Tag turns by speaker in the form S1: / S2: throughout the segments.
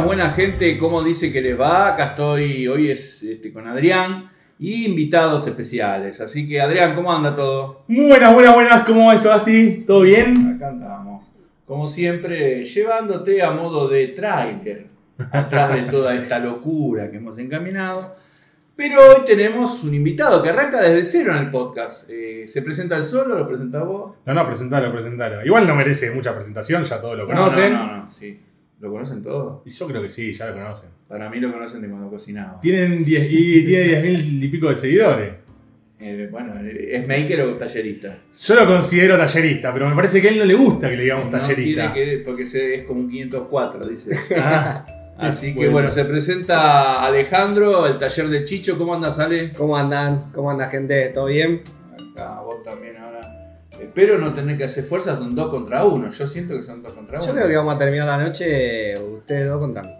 S1: buena gente, ¿cómo dice que les va? Acá estoy, hoy es este, con Adrián y invitados especiales. Así que, Adrián, ¿cómo anda todo?
S2: Muy buenas, buenas, buenas. ¿Cómo va eso, Asti? ¿Todo bien?
S1: Acá andamos. Como siempre, llevándote a modo de tráiler, atrás de toda esta locura que hemos encaminado. Pero hoy tenemos un invitado que arranca desde cero en el podcast. Eh, ¿Se presenta él solo? ¿Lo presenta vos?
S2: No, no, presentalo, presentalo. Igual no merece mucha presentación, ya todos lo conocen.
S1: No, no, no, no, sí. ¿Lo conocen todos?
S2: Y yo creo que sí, ya lo conocen.
S1: Para mí lo conocen de cuando cocinaba.
S2: Tienen 10 y tiene 10.000 y pico de seguidores.
S1: Eh, bueno, ¿es maker o tallerista?
S2: Yo lo considero tallerista, pero me parece que a él no le gusta que le digamos
S1: No
S2: tallerista.
S1: quiere que- porque se- es como un 504, dice.
S2: Ah,
S1: Así que
S2: Puede
S1: bueno,
S2: ser.
S1: se presenta Alejandro, el taller de Chicho. ¿Cómo andas, Ale?
S3: ¿Cómo andan? ¿Cómo anda gente? ¿Todo bien?
S1: Acá, vos también ahora. Espero no tener que hacer fuerza, son dos contra uno. Yo siento que son dos contra uno.
S3: Yo creo que vamos a terminar la noche ustedes dos contra mí.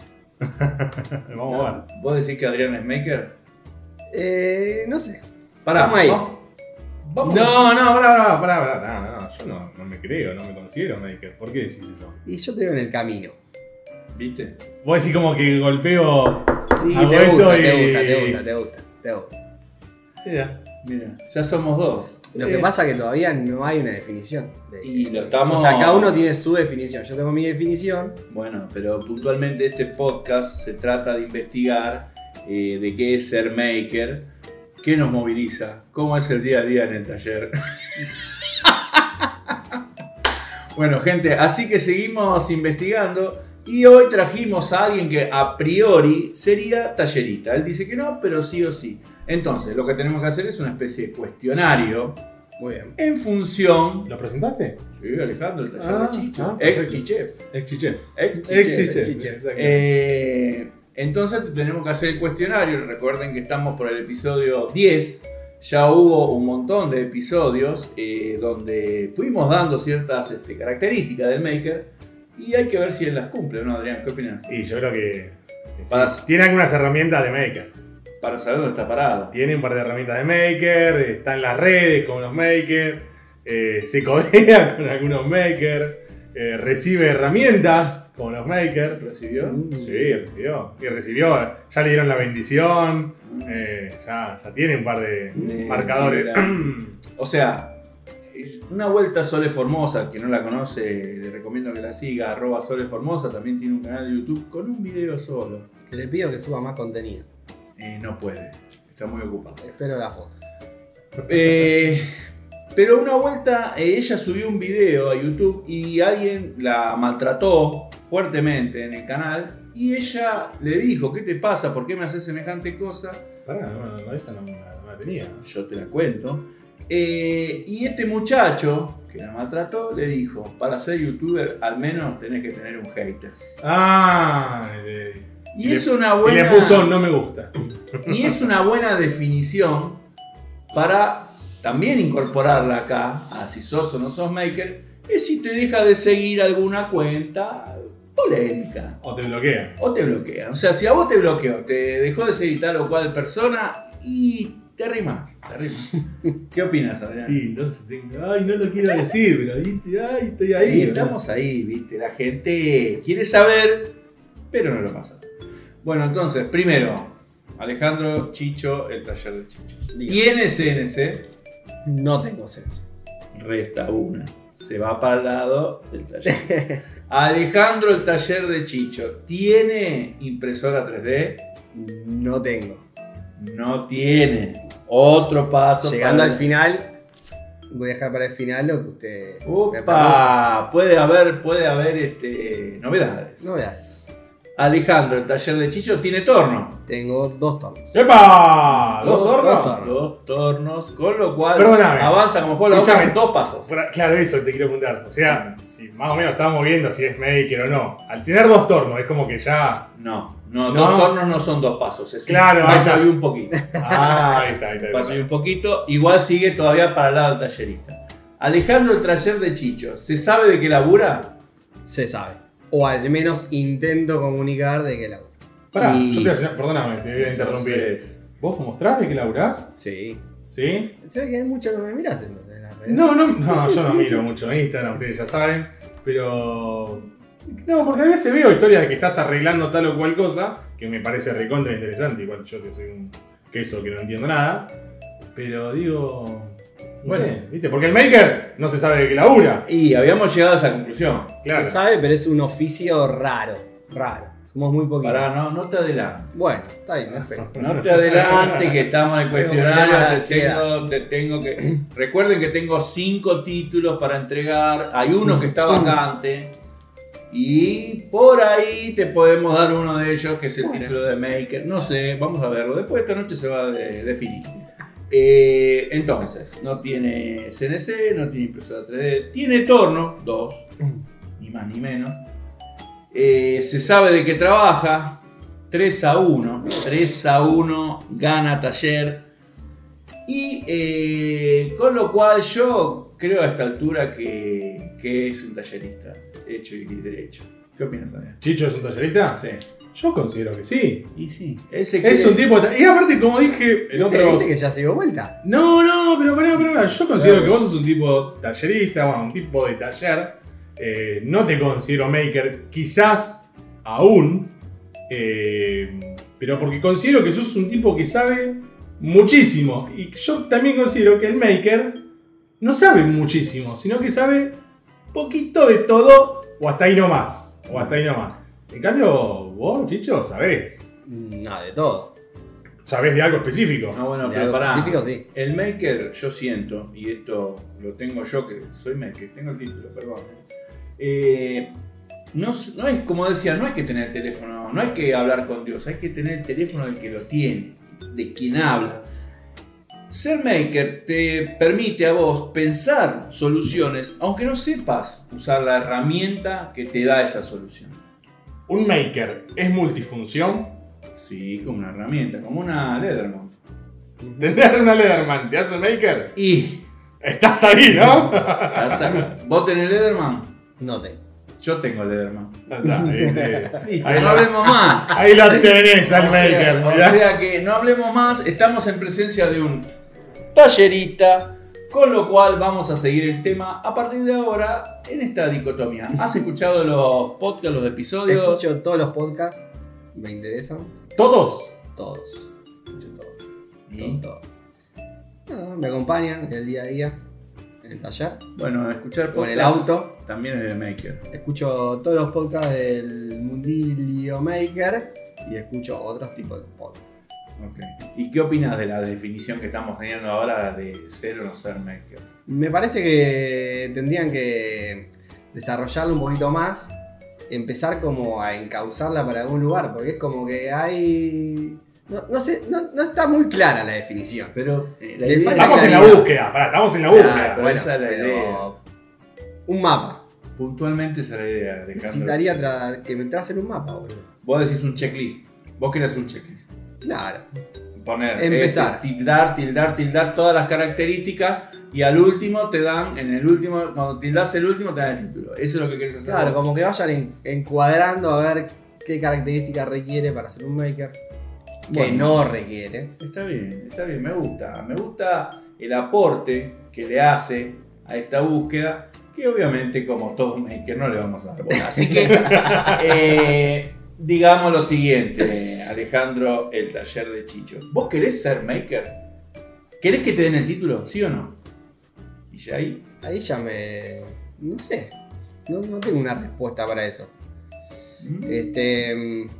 S2: Vamos a ver.
S1: ¿Vos decís que Adrián es maker?
S3: Eh, no sé.
S1: Pará,
S3: Vamos ahí.
S1: va- Vamos.
S2: No, no, pará, pará, pará, pará. No, no, yo no, no me creo, no me considero maker. ¿Por qué decís eso?
S3: Y yo te veo en el camino.
S1: ¿Viste?
S2: Vos decís como que golpeo.
S3: Sí,
S2: Hago
S3: te
S2: esto
S3: gusta,
S2: y-
S3: te gusta, te gusta, te gusta, te gusta.
S2: Mira.
S1: Mira, ya somos dos.
S3: Lo que pasa es que todavía no hay una definición. de-
S1: Y lo estamos-
S3: O sea, cada uno tiene su definición. Yo tengo mi definición.
S1: Bueno, pero puntualmente este podcast se trata de investigar eh, de qué es ser maker, qué nos moviliza, cómo es el día a día en el taller. bueno, gente, así que seguimos investigando y hoy trajimos a alguien que a priori sería tallerista. Él dice que no, pero sí o sí. Entonces, lo que tenemos que hacer es una especie de cuestionario
S3: Muy bien.
S1: en función...
S2: ¿Lo presentaste?
S1: Sí, Alejandro, el taller
S2: Ah,
S1: de Chicho.
S2: ah,
S1: ex
S2: perfecto.
S1: Chichef.
S2: Ex chichef.
S1: Ex
S2: Ex
S1: Chichef.
S2: chichef.
S3: chichef.
S2: exacto.
S1: Eh, entonces te tenemos que hacer el cuestionario. Recuerden que estamos por el episodio 10. Ya hubo un montón de episodios eh, donde fuimos dando ciertas este, características del maker y hay que ver si él las cumple o no, Adrián. ¿Qué opinas?
S2: Y yo creo que. que sí.
S1: Para-
S2: Tiene algunas herramientas de maker.
S1: Para saber dónde está parado.
S2: Tiene un par de herramientas de maker, está en las redes con los makers, eh, se codea con algunos makers, eh, recibe herramientas con los makers. Mm.
S1: ¿Recibió?
S2: Sí, recibió. Y recibió, ya le dieron la bendición, eh, ya, ya tiene un par de
S1: Eh,
S2: marcadores.
S1: mira. O sea, una vuelta Sole Formosa, que no la conoce, le recomiendo que la siga, arroba Sole Formosa, también tiene un canal de YouTube con un video solo.
S3: Que le pido que suba más contenido.
S1: Eh, no puede, está muy ocupado.
S3: Espero la foto.
S1: Eh, pero una vuelta eh, ella subió un video a YouTube y alguien la maltrató fuertemente en el canal y ella le dijo, ¿qué te pasa? ¿Por qué me haces semejante cosa?
S2: Pará, no, no, esa no, no la tenía.
S1: Yo te la cuento. Eh, y este muchacho que la maltrató le dijo, para ser youtuber al menos tenés que tener un hater.
S2: Ah, eh,
S1: Y,
S2: Y le-
S1: es una
S2: y
S1: buena...
S2: le puso no me gusta.
S1: Y es una buena definición para también incorporarla acá, a si sos o no sos maker, es si te deja de seguir alguna cuenta polémica
S2: O te bloquean.
S1: o te bloquean. O sea, si a vos te bloqueó, te dejó de seguir tal o cual persona y te rimas, te rimas. ¿Qué opinas, Adrián?
S2: Y entonces tengo, ay, no lo quiero decir, pero ahí- ay, estoy ahí.
S1: Ahí estamos ahí, viste, la gente quiere saber, pero no lo pasa. Bueno, entonces, primero, Alejandro Chicho, el taller de Chicho.
S3: Diga.
S1: ¿Tiene CNC?
S3: No tengo senso.
S1: Resta una. Se va para el lado del taller. Alejandro, el taller de Chicho, ¿tiene impresora 3D?
S3: No tengo.
S1: No tiene. Otro paso.
S3: Llegando
S1: para-
S3: al final, voy a dejar para el final lo que usted me propuso.
S1: ¡Opa! Puede haber, puede haber este, novedades.
S3: Novedades.
S1: Alejandro, el taller de Chicho, tiene torno.
S3: Tengo dos tomos.
S2: ¡Epa! ¿Dos
S3: Dos
S2: tornos?
S3: tornos.
S1: Dos tornos, con lo cual
S2: Perdóname.
S1: avanza como juego de la boca
S2: Escuchame.
S1: dos pasos.
S2: Fuera- Claro, eso te quiero preguntar. O sea, si más o menos estamos viendo si es maker o no. Al tener dos tornos, es como que ya.
S1: No, no,
S2: No.
S1: dos tornos no son dos pasos. Es
S2: Claro,
S1: un
S2: ahí
S1: paso
S2: está.
S1: y un poquito.
S2: Ah, ahí está, ahí está. ahí
S1: Paso y
S2: está.
S1: un poquito. Igual sigue todavía para el lado del tallerista. Alejandro el taller de Chicho, ¿se sabe de qué labura?
S3: Se sabe. O al menos intento comunicar de que la
S2: Pará,
S1: Y-
S2: yo te voy a hacer- Perdóname, te voy a interrumpir.
S1: Entonces,
S2: ¿Vos mostrás de qué laburás?
S3: Sí.
S2: ¿Sí?
S3: Se ve que hay mucho que no me miras entonces en las redes.
S2: No, no, no, yo no miro mucho Instagram, ustedes ya saben. Pero. No, porque a veces veo historias de que estás arreglando tal o cual cosa, que me parece recontra interesante, igual yo que soy un queso que no entiendo nada. Pero digo. no
S3: Bueno.
S2: sé, ¿viste? Porque el maker no se sabe de qué labura.
S1: Y habíamos llegado a esa conclusión.
S2: Claro.
S3: Se sabe, pero es un oficio raro. Raro. Somos muy poquitos.
S1: Pará, no, no te adelantes.
S3: Bueno, está bien, no espero.
S1: No te adelantes que estamos en el cuestionario,
S3: Tengo
S1: te tengo, te tengo que... Recuerden que tengo cinco títulos para entregar, hay uno que está vacante y por ahí te podemos dar uno de ellos que es el título de Maker, no sé, vamos a verlo, después esta noche se va a de- definir. Eh, entonces, no tiene CNC, no tiene impresora 3D, tiene torno, dos, ni más ni menos. Eh, se sabe de qué trabaja, 3 a 1. 3 a 1 gana Taller. Y eh, con lo cual yo creo a esta altura que, que es un tallerista hecho y derecho. ¿Qué opinas, Daniel?
S2: ¿Chicho es un tallerista?
S1: Sí.
S2: Yo considero que sí.
S1: Y sí. Él se
S2: Es
S1: cree-
S2: un tipo. de- Y aparte, como dije, el
S3: ¿Viste,
S2: otro.
S3: viste que ya se dio vuelta?
S2: No, no, pero pará, pará, pará. Yo considero que vos sos un tipo tallerista, bueno, un tipo de taller. Eh, no te considero maker, quizás aún. eh, pero porque considero que sos un tipo que sabe muchísimo. Y yo también considero que el maker no sabe muchísimo, sino que sabe poquito de todo o hasta ahí nomás. O hasta ahí nomás. En cambio, vos, Chicho, sabés.
S3: Mm, No, de todo.
S2: Sabés de algo específico.
S1: No, bueno,
S3: De
S1: pero
S3: algo
S1: pará.
S3: específico, sí.
S1: El maker, yo siento, y esto lo tengo yo que soy maker, tengo el título, perdón. Eh, no, s- no es como decía, no hay que tener el teléfono, no hay que hablar con Dios, hay que tener el teléfono del que lo tiene, de quien habla. Ser maker te permite a vos pensar soluciones, aunque no sepas usar la herramienta que te da esa solución.
S2: Un maker es multifunción.
S1: Sí, como una herramienta, como una Leatherman.
S2: Tener una Leatherman te hace maker.
S1: Y,
S2: Estás ahí, ¿no?
S1: pasa- ¿vos tenés Leatherman?
S3: No te.
S1: Yo tengo Leatherman.
S2: Ahí, sí.
S1: Listo,
S2: Ahí
S1: no
S2: la-
S1: hablemos más.
S2: ahí la tenés al
S1: o,
S2: maker.
S1: sea, o
S2: mirá.
S1: sea que no hablemos más, estamos en presencia de un tallerista, con lo cual vamos a seguir el tema a partir de ahora en esta dicotomía. ¿Has escuchado los podcasts, los episodios?
S3: Escucho todos los podcasts. Me interesan.
S2: Todos.
S3: Todos. Escucho todos.
S1: Y,
S3: Todos, todos. Nada, me acompañan en el día a día. En el taller.
S1: bueno, escuchar
S3: O en el
S1: podcasts
S3: auto.
S1: también es de Maker.
S3: Escucho todos los podcasts del Mundilio Maker. Y escucho otros tipos de podcasts.
S1: Ok. ¿Y qué opinas de la definición que estamos teniendo ahora de ser o no ser Maker?
S3: Me parece que tendrían que desarrollarlo un poquito más, empezar como a encauzarla para algún lugar, porque es como que hay... No, no sé, no, no está muy clara la definición.
S1: Pero eh, la
S3: Le
S1: idea-
S3: falta
S2: Estamos en la
S3: calidad.
S2: búsqueda. Pará, estamos en la
S3: Claro,
S2: búsqueda.
S1: pero esa es la idea.
S3: Un mapa.
S1: puntualmente esa es la idea, Alejandro.
S3: Necesitaría tra- que me tracen un mapa, boludo.
S1: Vos decís un checklist. Vos querés hacer un checklist.
S3: Claro.
S1: poner
S3: Empezar.
S1: este, tildar, tildar, tildar todas las características y al último te dan, en el último, cuando tildas el último te dan el título. Eso es lo que querés hacer.
S3: Claro,
S1: vos.
S3: como que vayan en- encuadrando a ver qué características requiere para ser un maker, que
S1: Bueno.
S3: no requiere.
S1: Está bien, está bien, me gusta. Me gusta el aporte que le hace a esta búsqueda, que obviamente como todos maker no le vamos a dar bola. Así que eh, digamos lo siguiente, Alejandro, el taller de Chicho. ¿Vos querés ser maker? ¿Querés que te den el título? ¿Sí o no? Y ya ahí
S3: Ahí ya me... No sé. No, no tengo una respuesta para eso.
S1: ¿Mm?
S3: Este. mm,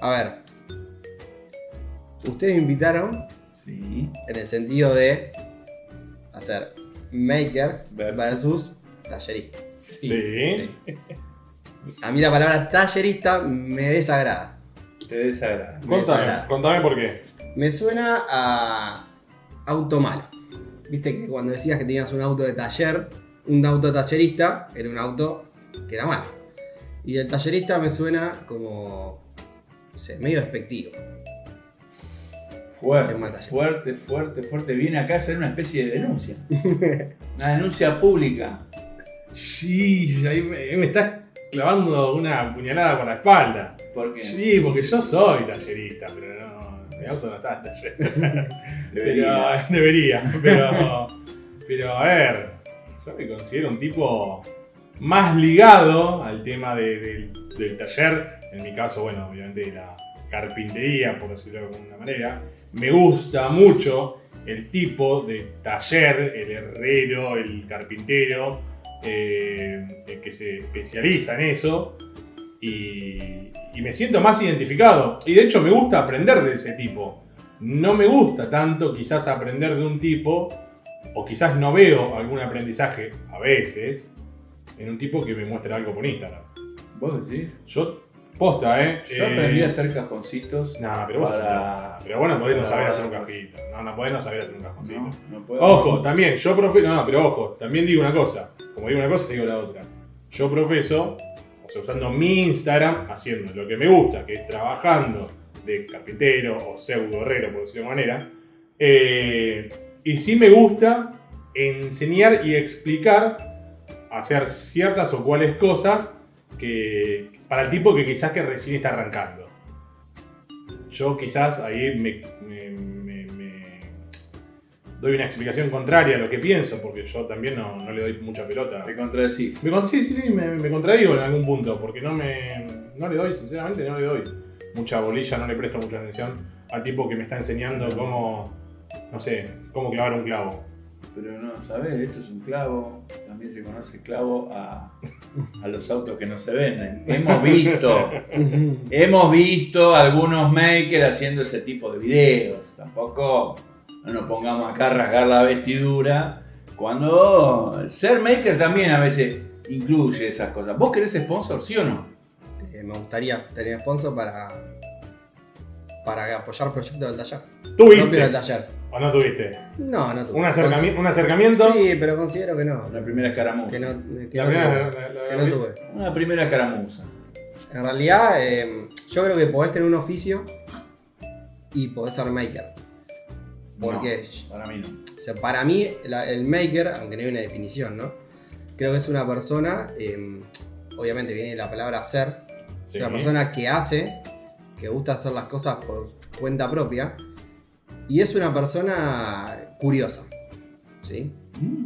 S3: A ver. Ustedes me invitaron
S1: Sí.
S3: en el sentido de hacer maker
S1: Versus.
S3: versus tallerista.
S2: Sí.
S3: Sí. A mí la palabra tallerista me desagrada.
S1: Te desagrada.
S3: Me
S2: Contame,
S3: desagrada.
S2: contame por qué.
S3: Me suena a auto malo. Viste que cuando decías que tenías un auto de taller, un auto tallerista era un auto que era malo. Y el tallerista me suena como, no sé, medio despectivo.
S1: Fuerte,
S3: Te mata.
S1: fuerte, fuerte, fuerte. Viene acá a hacer una especie de denuncia. Una denuncia pública.
S2: Sí, ahí me, ahí me estás clavando una puñalada por la espalda.
S1: Porque
S2: Sí, porque yo soy tallerista, pero no. Mi auto no está en taller.
S1: debería.
S2: Pero, eh, debería, pero, pero a ver, yo me considero un tipo más ligado al tema de- del- del taller. En mi caso, bueno, obviamente de la carpintería, por decirlo de alguna manera. Me gusta mucho el tipo de taller, el herrero, el carpintero, eh, el que se especializa en eso. Y, y me siento más identificado. Y de hecho me gusta aprender de ese tipo. No me gusta tanto quizás aprender de un tipo, o quizás no veo algún aprendizaje a veces, en un tipo que me muestra algo por Instagram.
S1: ¿Vos decís?
S2: Yo, posta, ¿eh?
S1: Yo
S2: Eh,
S1: aprendí a hacer cajoncitos.
S2: Nah, pero vos sos
S1: para-
S2: un- Pero bueno, podés no
S1: para-
S2: saber hacer un cajito. No, no podés no saber hacer un cajoncito.
S1: No, no puedo.
S2: Ojo, también, yo profeso. No, no, pero ojo, también digo una cosa. Como digo una cosa, digo la otra. Yo profeso, o sea, usando mi Instagram, haciendo lo que me gusta, que es trabajando de carpintero o pseudo herrero, por decirlo de alguna manera. Eh, y sí me gusta enseñar y explicar hacer ciertas o cuáles cosas que para el tipo que quizás que recién está arrancando. Yo quizás ahí me- me- me- me doy una explicación contraria a lo que pienso, porque yo también no, no le doy mucha pelota.
S1: Te contradecís.
S2: Me con- sí, sí, sí, me, me contradigo en algún punto, porque no me no le doy, sinceramente no le doy mucha bolilla, no le presto mucha atención al tipo que me está enseñando cómo, no sé, cómo clavar un clavo.
S1: Pero no, ¿sabes? Esto es un clavo. También se conoce clavo a, a los autos que no se venden. Hemos visto.
S3: Este,
S1: Hemos visto algunos makers haciendo ese tipo de videos. Tampoco no nos pongamos acá a rasgar la vestidura. Cuando ser maker también a veces incluye esas cosas. ¿Vos querés sponsor, sí o no?
S3: Eh, me gustaría tener sponsor para, para apoyar proyectos del taller. Propios del
S2: ¿Tuviste
S3: taller.
S2: o no tuviste?
S3: No, no tuve.
S2: ¿Un, acercami- un acercamiento?
S3: Sí, pero considero que no.
S1: La primera escaramuza.
S3: Que no, que
S2: La
S3: no
S2: primera-
S3: tuve.
S2: la- la-
S3: Que
S2: la-
S3: no tuve.
S1: Una primera escaramuza.
S3: En realidad, eh, yo creo que podés tener un oficio y podés ser maker. Porque
S1: No, para mí no.
S3: o sea, para mí la- el maker, aunque no hay una definición, ¿no? Creo que es una persona, eh, obviamente viene de la palabra ser,
S2: Sí.
S3: una persona que hace, que gusta hacer las cosas por cuenta propia, y es una persona curiosa, ¿sí?
S1: Mm,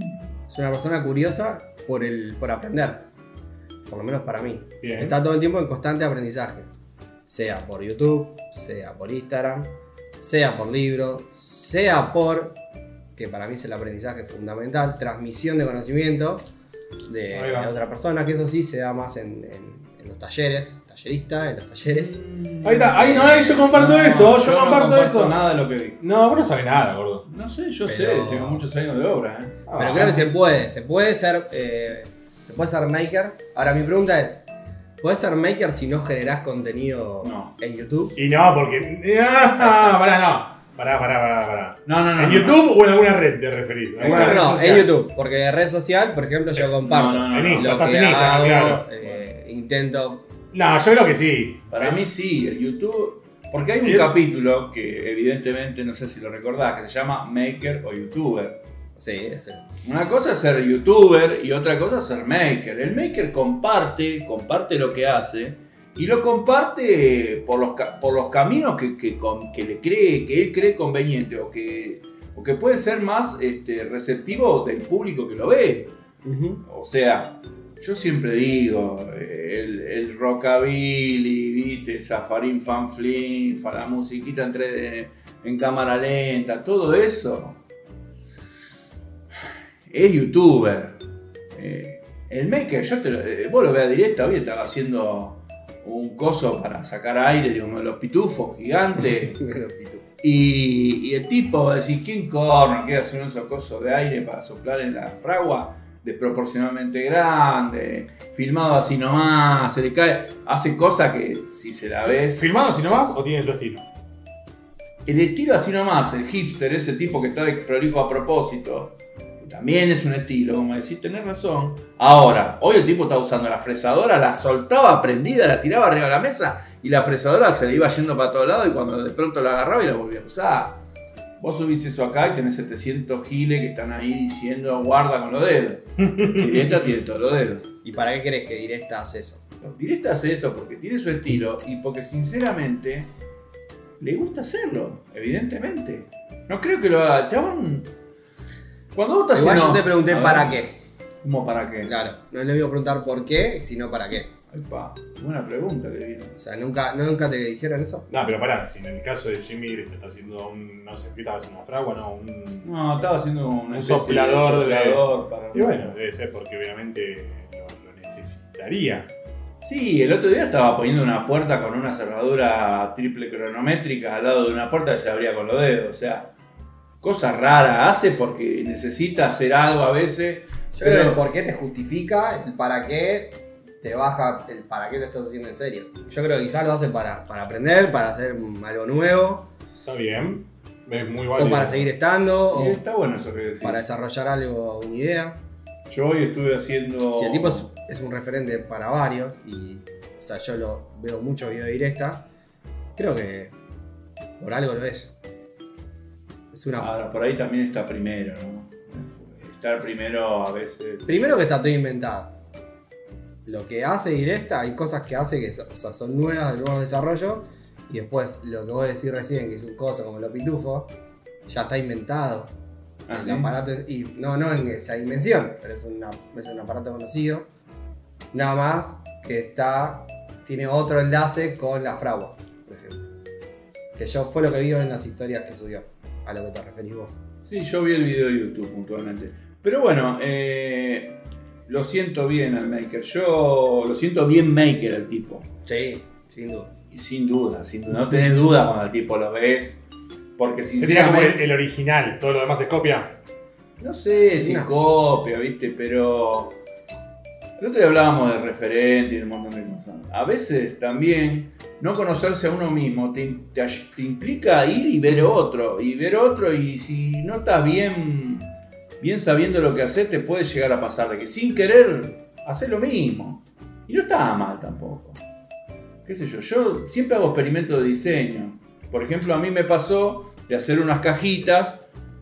S3: Es una persona curiosa por, el, por aprender, por lo menos para mí.
S2: Bien.
S3: Está todo el tiempo en constante aprendizaje. Sea por YouTube, sea por Instagram, sea por libro, sea por, que para mí es el aprendizaje fundamental, transmisión de conocimiento de,
S2: Ahí va.
S3: de otra persona, que eso sí se da más en, en- en los talleres, tallerista, en los talleres.
S2: Ahí está, ahí no, ahí yo comparto
S1: No, eh,
S2: eso, yo, comparto,
S1: no
S2: eso.
S1: nada de lo que vi.
S2: No, vos no sabés nada, gordo.
S1: No sé, yo
S3: Pero-
S1: sé, tengo muchos años de obra. ¿eh?
S2: Ah,
S3: Pero creo que se puede, se puede ser, eh, se puede ser maker. Ahora mi pregunta es, ¿puedes ser maker si no generás contenido
S1: No.
S3: en YouTube?
S2: Y no, porque. Ah, pará, no. Pará, pará, pará, pará.
S1: No, no, no.
S2: ¿En
S1: no,
S2: YouTube o en alguna red te referís?
S1: En
S2: ¿Alguna
S3: Bueno,
S1: red
S2: red?
S3: no,
S1: social.
S3: en YouTube, porque de red social, por ejemplo, yo comparto.
S1: No, no, no.
S2: En
S1: no.
S2: Instagram.
S3: lo
S2: estás
S3: que
S2: en Instagram,
S3: hago,
S2: claro.
S3: eh, intento.
S2: No, yo creo que sí.
S1: Para mí sí, el YouTube. Porque hay un
S2: Bien.
S1: capítulo que evidentemente no sé si lo recordás, que se llama Maker o YouTuber.
S3: Sí, ese.
S1: Una cosa es ser youtuber y otra cosa es ser maker. El maker comparte, comparte lo que hace y lo comparte por los, ca- por los caminos que, que con- que le cree, que él cree conveniente o que, o que puede ser más este, receptivo del público que lo ve. O sea, yo siempre digo, eh, el, el rockabilly, viste, Safarín Fanflin, la musiquita en, tres- en cámara lenta, todo eso es youtuber. Eh, el maker, yo te lo, eh, vos lo veas directo, hoy estaba haciendo un coso para sacar aire de uno de los pitufos gigantes. Y, y el tipo va a decir, ¿quién corno quiere hacer un socoso de aire para soplar en la fragua? Desproporcionalmente grande, filmado así nomás, se le cae, hace cosas que si se la ves...
S2: ¿Filmado si nomás o tiene su estilo?
S1: El estilo así nomás, el hipster, ese tipo que está de prolijo a propósito, que también es un estilo, como decís, tenés razón. Ahora, hoy el tipo está usando la fresadora, la soltaba prendida, la tiraba arriba de la mesa y la fresadora se le iba yendo para todos lados y cuando de pronto la agarraba y la volvía a usar. Vos subís eso acá y tenés 700 giles que están ahí diciendo guarda con los dedos. Directa tiene todos los dedos.
S3: ¿Y para qué crees que directa hace eso?
S1: Directa hace esto porque tiene su estilo y porque sinceramente le gusta hacerlo, evidentemente. No creo que lo haga. Chabón. Cuando vos estás
S3: Igual
S1: haciendo-
S3: yo te pregunté
S1: A ver.
S3: para qué.
S1: ¿Cómo para qué?
S3: Claro, no le voy a preguntar por qué, sino para qué.
S1: Epa, buena pregunta que viene.
S3: O sea, nunca, nunca te dijeron eso.
S2: No, pero pará, si en el caso de Jimmy te está haciendo un. No sé qué estaba haciendo una fragua, no, un.
S1: No, estaba haciendo una
S2: Un
S1: especie de
S2: soplador de-
S1: soplador para-
S2: Y bueno, debe ser porque obviamente lo, lo necesitaría.
S1: Sí, el otro día estaba poniendo una puerta con una cerradura triple cronométrica al lado de una puerta que se abría con los dedos. O sea, cosa rara hace porque necesita hacer algo a veces.
S3: Yo
S1: Pero-
S3: creo que el por qué te justifica, el para qué te baja, el para qué lo estás haciendo en serio. Yo creo que quizás lo hacen para, para aprender, para hacer algo nuevo,
S2: Está bien. Es muy válido.
S3: o para seguir estando,
S1: Y
S3: o
S1: está bueno eso que decís.
S3: Oh. para desarrollar algo, una idea.
S1: Yo hoy estuve haciendo.
S3: Si el tipo es, es un referente para varios, y o sea, yo lo veo mucho video directa, creo que por algo lo es. Es una.
S1: Ahora, Ah, por ahí también está primero, ¿no? Estar primero a veces.
S3: Primero que está todo inventado. Lo que hace directa, hay cosas que hace que o sea, son nuevas de nuevos desarrollos. Y después lo que vos decís recién, que es un cosa como los pitufos, ya está inventado.
S1: Ah,
S3: el
S1: ¿sí?
S3: aparato, y no, no en esa dimensión, pero es, una- es un aparato conocido. Nada más que está. tiene otro enlace con la fragua, por ejemplo. Que yo fue lo que vi en las historias que subió, a lo que te referís vos.
S1: Sí, yo vi el video de YouTube puntualmente. Pero bueno, eh, lo siento bien al Maker. Yo lo siento bien Maker al tipo.
S3: Sí, sin duda.
S1: Y sin duda, sin duda. No tenés duda cuando al tipo lo ves. Porque
S2: Sería como el,
S1: sinceramente.
S2: el original, todo lo demás es copia.
S1: No sé si
S3: No.
S1: copia, viste, pero. El otro día hablábamos de referente y de un montón de cosas. A veces también no conocerse a uno mismo te, im- te ay- te implica ir y ver otro. Y ver otro, y si no estás bien, bien sabiendo lo que haces, te puede llegar a pasar de que sin querer haces lo mismo. Y no está mal tampoco. ¿Qué sé yo? Yo siempre hago experimentos de diseño. Por ejemplo, a mí me pasó de hacer unas cajitas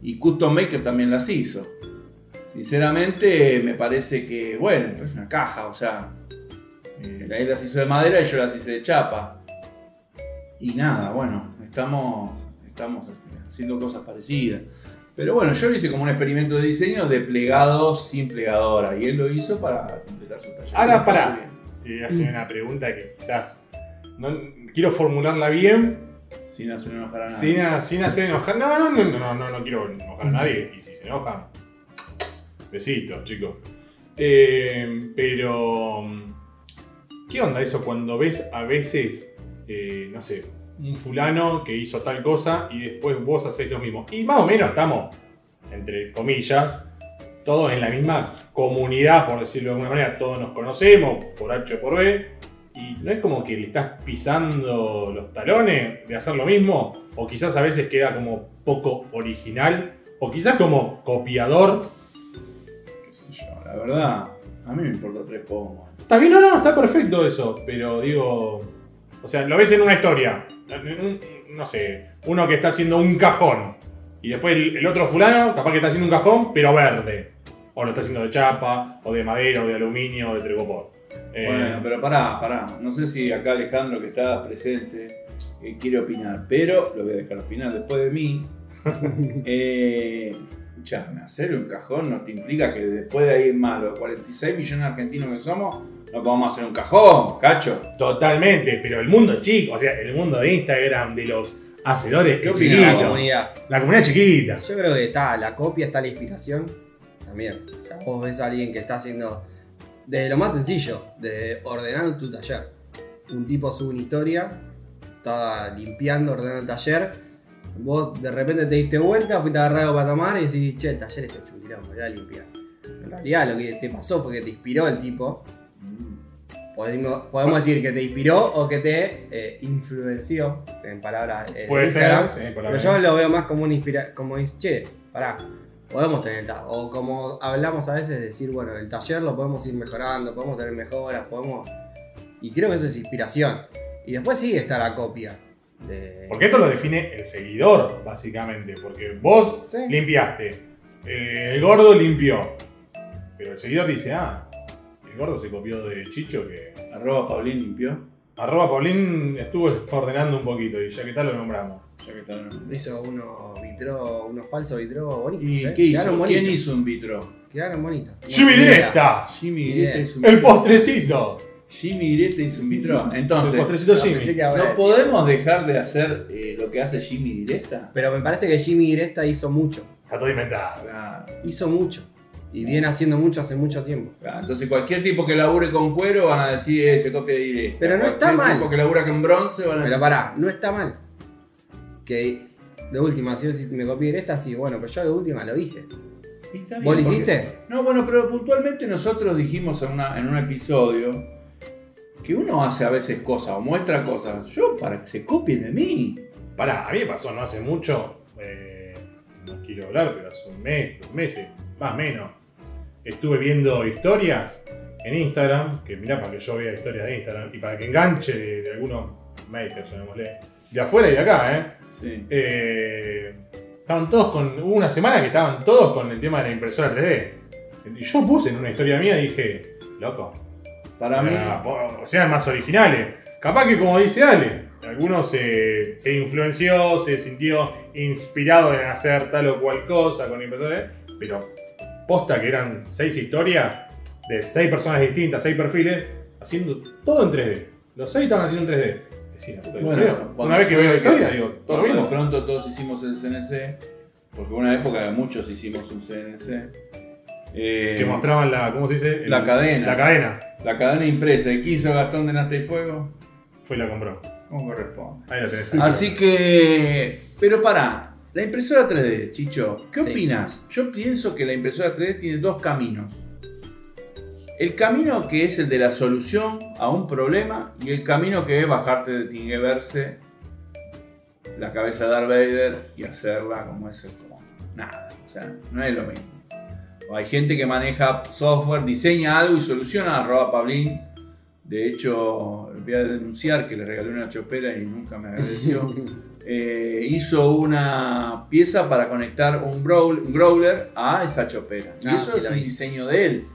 S1: y Custom Maker también las hizo. Sinceramente, me parece que, bueno, pero es una caja, o sea, eh, él las hizo de madera y yo las hice de chapa. Y nada, bueno, estamos, estamos este, haciendo cosas parecidas. Pero bueno, yo lo hice como un experimento de diseño de plegados sin plegadora y él lo hizo para completar su taller.
S2: Ahora,
S1: Me parece
S2: pará.
S1: bien.
S2: Te hace una pregunta que quizás. No, quiero formularla bien
S1: Sin hacer enojar a nadie.
S2: Sin, a- sin hacer enojar. No, no, no, no, no, no, no quiero enojar a nadie. Y si se enojan, besitos, chicos. Eh, pero. ¿Qué onda eso cuando ves a veces, eh, no sé, un fulano que hizo tal cosa y después vos hacés lo mismo? Y más o menos estamos, entre comillas, todos en la misma comunidad, por decirlo de alguna manera. Todos nos conocemos, por H o por B. Y no es como que le estás pisando los talones de hacer lo mismo, o quizás a veces queda como poco original, o quizás como copiador.
S1: qué sé yo, la verdad, a mí me importa tres pomos.
S2: Está bien, no, no, está perfecto eso, pero digo. O sea, lo ves en una historia, en un- no sé, uno que está haciendo un cajón, y después el, el otro fulano, capaz que está haciendo un cajón, pero verde. O lo está haciendo de chapa, o de madera, o de aluminio, o de tricopor. Eh,
S1: Bueno, pero pará, pará. No sé si acá Alejandro que está presente eh, quiere opinar, pero lo voy a dejar opinar después de mí. eh, escuchame, hacer un cajón no te implica que después de ahí más los 46 millones de argentinos que somos, no podamos hacer un cajón, cacho.
S2: Totalmente, pero el mundo es chico, o sea, el mundo de Instagram, de los hacedores,
S1: ¿Qué
S2: es
S1: opinas,
S2: chiquito.
S3: La
S1: Claro.
S3: comunidad.
S2: La comunidad es chiquita.
S3: Yo creo que está la copia, está la inspiración también. O sea, vos ves a alguien que está haciendo desde lo más sencillo, desde ordenar tu taller. Un tipo sube una historia, está limpiando, ordenando el taller. Vos de repente te diste vuelta, fuiste agarrado para tomar y decís, che, el taller está hecho un quilombo, voy a limpiar. En realidad lo que te pasó fue que te inspiró el tipo.
S1: Mm,
S3: Podemos, podemos decir que te inspiró o que te eh, influenció, en palabras eh, de
S2: Puede
S3: Instagram.
S2: ser. sí, por la
S3: Pero yo lo veo más como una inspira como es, che, pará, podemos tener el taller. O como hablamos a veces, decir, bueno, el taller lo podemos ir mejorando, podemos tener mejoras, podemos. Y creo que eso es inspiración. Y después sí está la copia. De...
S2: Porque esto lo define el seguidor, básicamente. Porque vos
S3: Sí.
S2: limpiaste, eh, el gordo limpió. Pero el seguidor dice, ah, el gordo se copió de Chicho que.
S1: Arroba Paulín limpió.
S2: Arroba Paulín estuvo ordenando un poquito y ya que tal lo nombramos.
S1: Ya que están-
S3: Hizo uno vitro, unos falsos vitro bonitos.
S1: ¿Y
S3: eh.
S1: qué hizo?
S3: Quedaron bonitos.
S1: ¿Quién hizo un vitro? Ah,
S3: Quedaron bonitos.
S2: Jimmy
S3: Mira,
S2: Diresta.
S1: Jimmy
S3: Bien.
S1: Direta hizo un
S2: El
S1: vitro.
S2: postrecito.
S1: Jimmy Direta hizo un vitro.
S2: el
S1: Entonces,
S2: postrecito
S3: no, pensé
S2: Jimmy.
S3: que ahora
S1: ¿no
S3: decía.
S1: podemos dejar de hacer eh, lo que hace Jimmy Direta?
S3: Pero me parece que Jimmy Diresta hizo mucho.
S2: Está todo inventado.
S1: Claro,
S3: Hizo mucho. Y viene haciendo mucho hace mucho tiempo.
S1: claro. Entonces cualquier tipo que labure con cuero van a decir, eh, se copia de Direta.
S3: Pero no está
S1: Cualquier
S3: mal.
S1: tipo que labura con bronce van a decir...
S3: Pero pará, no está mal. Que de última, si, si me copié Diresta, sí, bueno, pero yo de última lo hice.
S1: Y está bien,
S3: ¿Vos lo
S1: porque-
S3: hiciste?
S1: No, bueno, pero puntualmente nosotros dijimos en, una- en un episodio que uno hace a veces cosas o muestra cosas. Yo, para que se copien de mí.
S2: Pará, a mí me pasó no hace mucho. eh, no quiero hablar, pero hace un mes, dos meses, más o menos. Estuve viendo historias en Instagram. Que mirá, para que yo vea historias de Instagram. Y para que enganche de, de algunos makers, llamémosle. De afuera y de acá, ¿eh?
S1: Sí.
S2: Eh, estaban todos con. Hubo una semana que estaban todos con el tema de la impresora 3D. Y yo puse en una historia mía, dije, loco,
S1: Para mí.
S2: ah, po- sean más originales. Capaz que, como dice Ale, alguno se, se influenció, se sintió inspirado en hacer tal o cual cosa con impresora 3D, pero posta que eran seis historias de seis personas distintas, seis perfiles, haciendo todo en 3D. Los seis estaban haciendo en 3D. Decía, la puta que
S1: Bueno,
S2: parió.
S1: cuando
S2: una vez que
S1: fue
S2: veo la
S1: que-
S2: historia, digo, todo lo
S1: Bueno,
S2: mismo.
S1: de pronto todos hicimos el CNC. Porque una época muchos hicimos un CNC. Eh,
S2: que mostraban la, ¿cómo se dice?
S1: La cadena.
S2: La cadena.
S1: La cadena impresa. ¿Y qué hizo Gastón de Nasta y Fuego?
S2: Fue y la compró.
S1: Como corresponde.
S2: Ahí la tenés.
S1: Así que. Pero pará. La impresora 3D, Chicho, ¿qué
S3: Sí.
S1: opinas? Yo pienso que la impresora 3D tiene dos caminos. El camino que es el de la solución a un problema y el camino que es bajarte de Tingeverse, la cabeza de Darth Vader y hacerla como es como nada. O sea, no es lo mismo. O hay gente que maneja software, diseña algo y soluciona, arroba Pablín. De hecho, voy a denunciar que le regalé una chopera y nunca me agradeció. Eh, hizo una pieza para conectar un, growl- un growler a esa chopera. Y
S3: Ah,
S1: eso
S3: sí,
S1: es
S3: la
S1: un
S3: vi.
S1: diseño de él.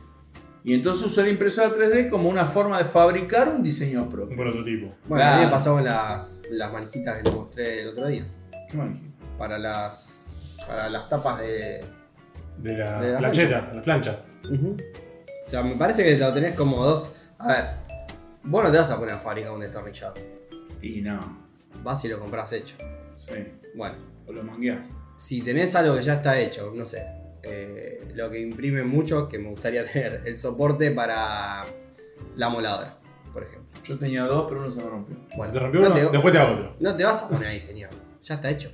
S1: Y entonces usó la impresora 3D como una forma de fabricar un diseño propio.
S2: Un prototipo.
S3: Bueno, a
S1: Claro.
S3: mí me pasó con las, las manijitas que les mostré el otro día.
S1: ¿Qué manejé?
S3: Para las. Para las tapas de.
S2: De la,
S3: De la
S2: plancheta, la plancha.
S3: Ujú. O sea, me parece que lo tenés como dos. A ver, vos no te vas a poner a fabricar un destornillador.
S1: Y no,
S3: Vas y lo compras hecho.
S1: sí.
S3: Bueno,
S1: O lo mangueás.
S3: si tenés algo que ya está hecho, no sé, eh, lo que imprimen mucho, que me gustaría tener, el soporte para la moladora, por ejemplo.
S1: Yo tenía dos, pero uno se me rompió.
S2: Se
S3: Bueno,
S2: te rompió
S3: no
S2: uno,
S3: te-
S2: después te hago otro.
S3: No te vas a poner a diseñar, ya está hecho.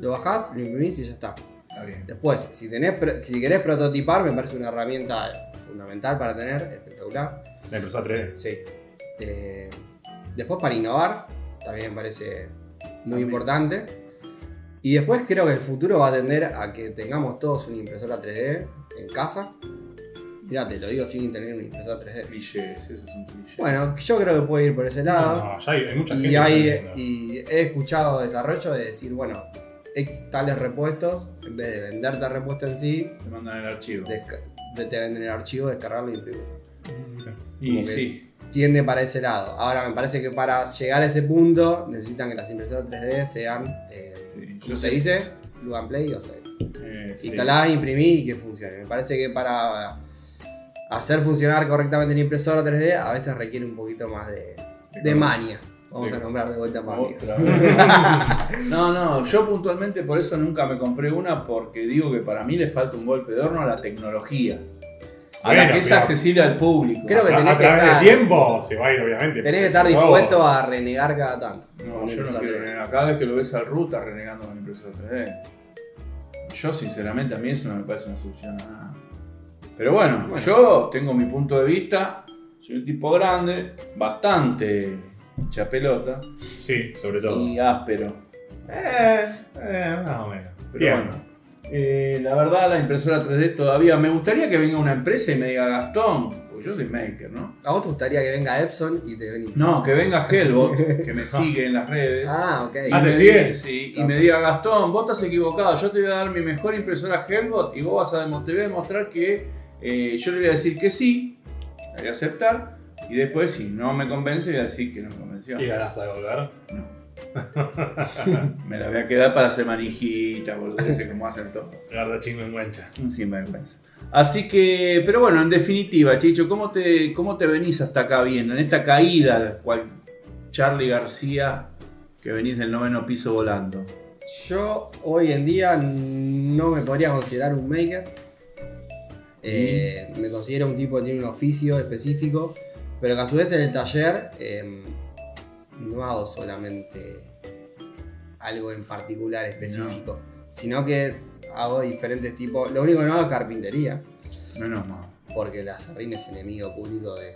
S3: Lo bajás, lo imprimís y ya está.
S1: Está bien.
S3: Después, si, tenés, pro- si querés prototipar, me parece una herramienta fundamental para tener, espectacular.
S2: La impresora 3D.
S3: Sí. Eh, después para innovar, también me parece muy
S1: También.
S3: importante. Y después creo que el futuro va a tender a que tengamos todos una impresora 3D en casa. Mirá, te lo digo sin tener una impresora 3D.
S1: Clichés, eso es un cliché.
S3: Bueno, yo creo que puede ir por ese lado.
S2: No, ya hay, hay mucha gente.
S3: Ah. y,
S2: que
S3: hay-
S2: está vendiendo.
S3: y he escuchado desarrollo de decir, bueno, X tales repuestos, en vez de venderte el repuesto en sí,
S1: Te mandan el archivo.
S3: desca- te venden el archivo, descargarlo y imprimirlo.
S1: Y
S3: Ok.
S1: sí.
S3: tiende para ese lado. Ahora me parece que para llegar a ese punto necesitan que las impresoras 3D sean, eh,
S1: sí.
S3: ¿cómo se dice? Plug and play, o sea,
S1: Eh, sí.
S3: instaladas, imprimir y que funcione. Me parece que para hacer funcionar correctamente la impresora 3D a veces requiere un poquito más de, de mania. Vamos
S1: De-
S3: a nombrar de vuelta mania.
S1: Otra vez. No, no, yo puntualmente por eso nunca me compré una porque digo que para mí le falta un golpe de horno a la tecnología. A la
S2: Bueno,
S1: que es
S2: pero-
S1: accesible al público.
S3: Creo que
S2: a,
S3: tenés
S2: a
S3: que
S2: través
S3: estar-
S2: del tiempo se va a ir, obviamente.
S3: Tenés que estar dispuesto a renegar cada tanto.
S1: No,
S3: con
S1: yo no
S3: impresora
S1: quiero
S3: 3D.
S1: renegar. Cada vez que lo ves al RU estás renegando con la impresora 3D. Yo, sinceramente, a mí eso no me parece una solución a nada. Pero bueno,
S3: Bueno.
S1: yo tengo mi punto de vista. Soy un tipo grande, bastante chapelota
S2: Sí, sobre todo.
S1: y áspero.
S2: Eh, eh, más o menos.
S1: Pero
S2: Bien.
S1: bueno. Eh, la verdad, la impresora 3D todavía. Me gustaría que venga una empresa y me diga Gastón, porque yo soy maker, ¿no?
S3: ¿A vos te gustaría que venga Epson y te den
S1: No, que venga Helbot, que me sigue en las redes.
S3: Ah, ok.
S1: Y me
S2: ¿te
S1: diga-
S2: sigue?
S1: sí, y me diga, Gastón, vos estás equivocado, yo te voy a dar mi mejor impresora Helbot y vos vas a, demo- te voy a demostrar que eh, yo le voy a decir que sí, la voy a aceptar, y después si no me convence, voy a decir que no me convenció.
S2: ¿Y la vas a devolver?
S1: No. Me la voy a quedar para hacer manijita, boludeces como hacen todos.
S2: Garda chingo en guancha.
S1: Un sinvergüenza. Así que, pero bueno, en definitiva, Chicho, ¿cómo te, cómo te venís hasta acá viendo? En esta caída, la cual Charlie García, que venís del noveno piso volando.
S3: Yo hoy en día no me podría considerar un maker. Eh, Me considero un tipo que tiene un oficio específico, pero que a su vez en el taller eh, no hago solamente algo en particular específico, sino que hago diferentes tipos. Lo único que no hago es carpintería,
S1: Menos mal.
S3: porque la sarrina es enemigo público de,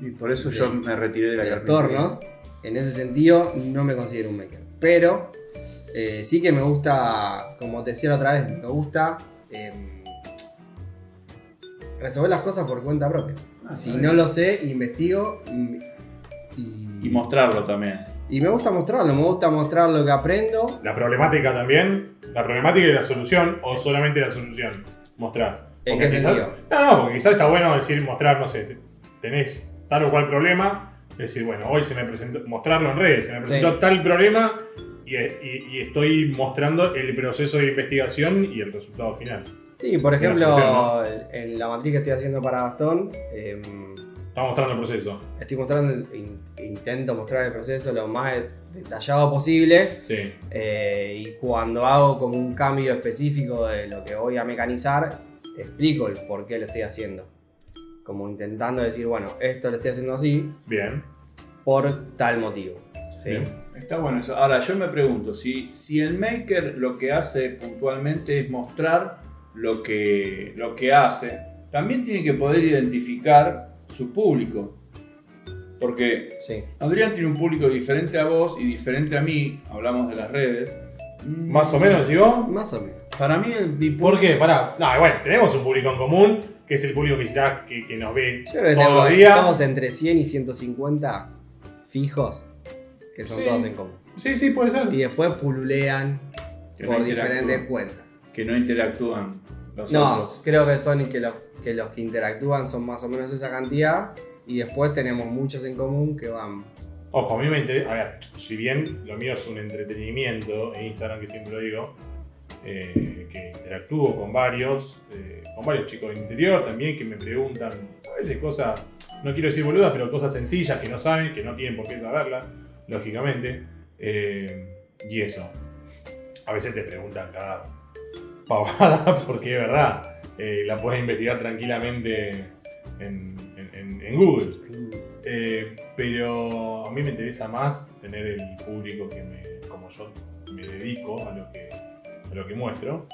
S1: Y por eso yo
S3: Del-
S1: me retiré de la
S3: del
S1: carpintería.
S3: entorno. En ese sentido, no me considero un maker. Pero eh, sí que me gusta, como te decía la otra vez, me gusta em, resolver las cosas por cuenta propia.
S1: Ah,
S3: si
S1: está
S3: no
S1: bien.
S3: lo sé, investigo mm, y,
S1: Y mostrarlo también.
S3: y me gusta mostrarlo, me gusta mostrar lo que aprendo.
S2: La problemática también. La problemática y la solución, o solamente la solución. Mostrás.
S3: ¿En
S2: Porque
S3: qué
S2: quizás-
S3: sentido?
S2: No, no, porque quizás está bueno decir, mostrar, no sé, te- tenés tal o cual problema. Decir, bueno, hoy se me presentó, mostrarlo en redes, se me presentó
S3: Sí.
S2: tal problema y, y- y estoy mostrando el proceso de investigación y el resultado final.
S3: Sí, por ejemplo,
S2: solución, ¿no?
S3: en la matriz que estoy haciendo para Bastón, em,
S2: Está mostrando el proceso.
S3: estoy mostrando, el- in- intento mostrar el proceso lo más detallado posible.
S2: Sí.
S3: Eh, y cuando hago como un cambio específico de lo que voy a mecanizar, explico el por qué lo estoy haciendo. Como intentando decir, bueno, esto lo estoy haciendo así
S2: Bien.
S3: por tal motivo. ¿sí?
S2: Bien.
S1: Está bueno eso. Ahora, yo me pregunto, si, si el maker lo que hace puntualmente es mostrar lo que, lo que hace, también tiene que poder identificar su público. Porque
S3: Sí.
S1: Adrián tiene un público diferente a vos y diferente a mí, hablamos de las redes. Mm,
S2: Más o menos, digo.
S3: Más o menos.
S1: Para mí, el- mi
S2: ¿Por
S1: público-
S2: qué? Pará. No, bueno, tenemos un público en común, que es el público que, quizás que, que nos ve
S3: Yo creo que
S2: todos
S3: tengo,
S2: los días.
S3: estamos entre 100 y 150 fijos que son
S2: Sí.
S3: todos en común.
S2: Sí, sí, puede ser.
S3: Y después pululean
S1: Que no
S3: por
S1: interactúan.
S3: diferentes cuentas.
S1: Que no interactúan los
S3: No,
S1: otros.
S3: creo que son y que los, que los que interactúan son más o menos esa cantidad. Y después tenemos muchos en común que van
S2: Ojo, a mí me interesa. A ver, si bien lo mío es un entretenimiento en Instagram, que siempre lo digo, eh, que interactúo con varios, eh, con varios chicos del interior también que me preguntan a veces cosas, no quiero decir boludas, pero cosas sencillas que no saben, que no tienen por qué saberlas, lógicamente. eh, y eso. A veces te preguntan cada pavada, porque es verdad, eh, la puedes investigar tranquilamente en- en- en- en Google. Eh, pero a mí me interesa más tener el público que me, como yo me dedico a lo que, a lo que muestro.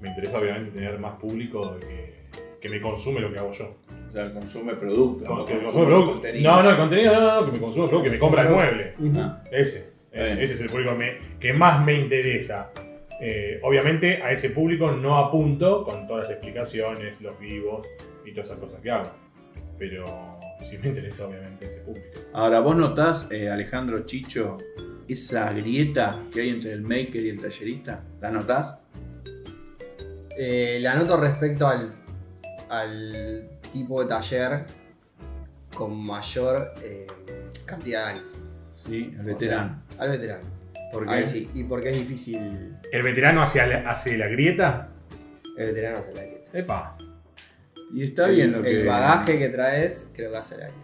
S2: Me interesa obviamente tener más público que, que me consume lo que hago yo.
S1: O sea, consume productos.
S2: Con-
S1: no
S2: que me
S1: consume
S2: consume producto.
S1: contenido.
S2: No, no, el contenido no, no, no, que me consume producto, que me compra el mueble.
S1: Ah,
S2: Ese,
S1: Está bien.
S2: ese, ese es el público que, me- que más me interesa. Eh, obviamente a ese público no apunto con todas las explicaciones, los vivos y todas esas cosas que hago. Pero sí me interesa obviamente ese público.
S1: Ahora, vos notás, eh, Alejandro Chicho, esa grieta que hay entre el maker y el tallerista, ¿la notás?
S3: Eh, la noto respecto al, al tipo de taller con mayor eh, cantidad de años.
S1: Sí, el
S3: O
S1: veterano.
S3: sea, al veterano.
S1: porque
S3: Ahí sí. Y porque es difícil
S2: ¿El veterano hacia la, hace la grieta?
S3: el veterano hacer la dieta.
S2: Epa.
S1: Y está
S3: el,
S1: bien lo que.
S3: El bagaje que traes, creo que hace la dieta.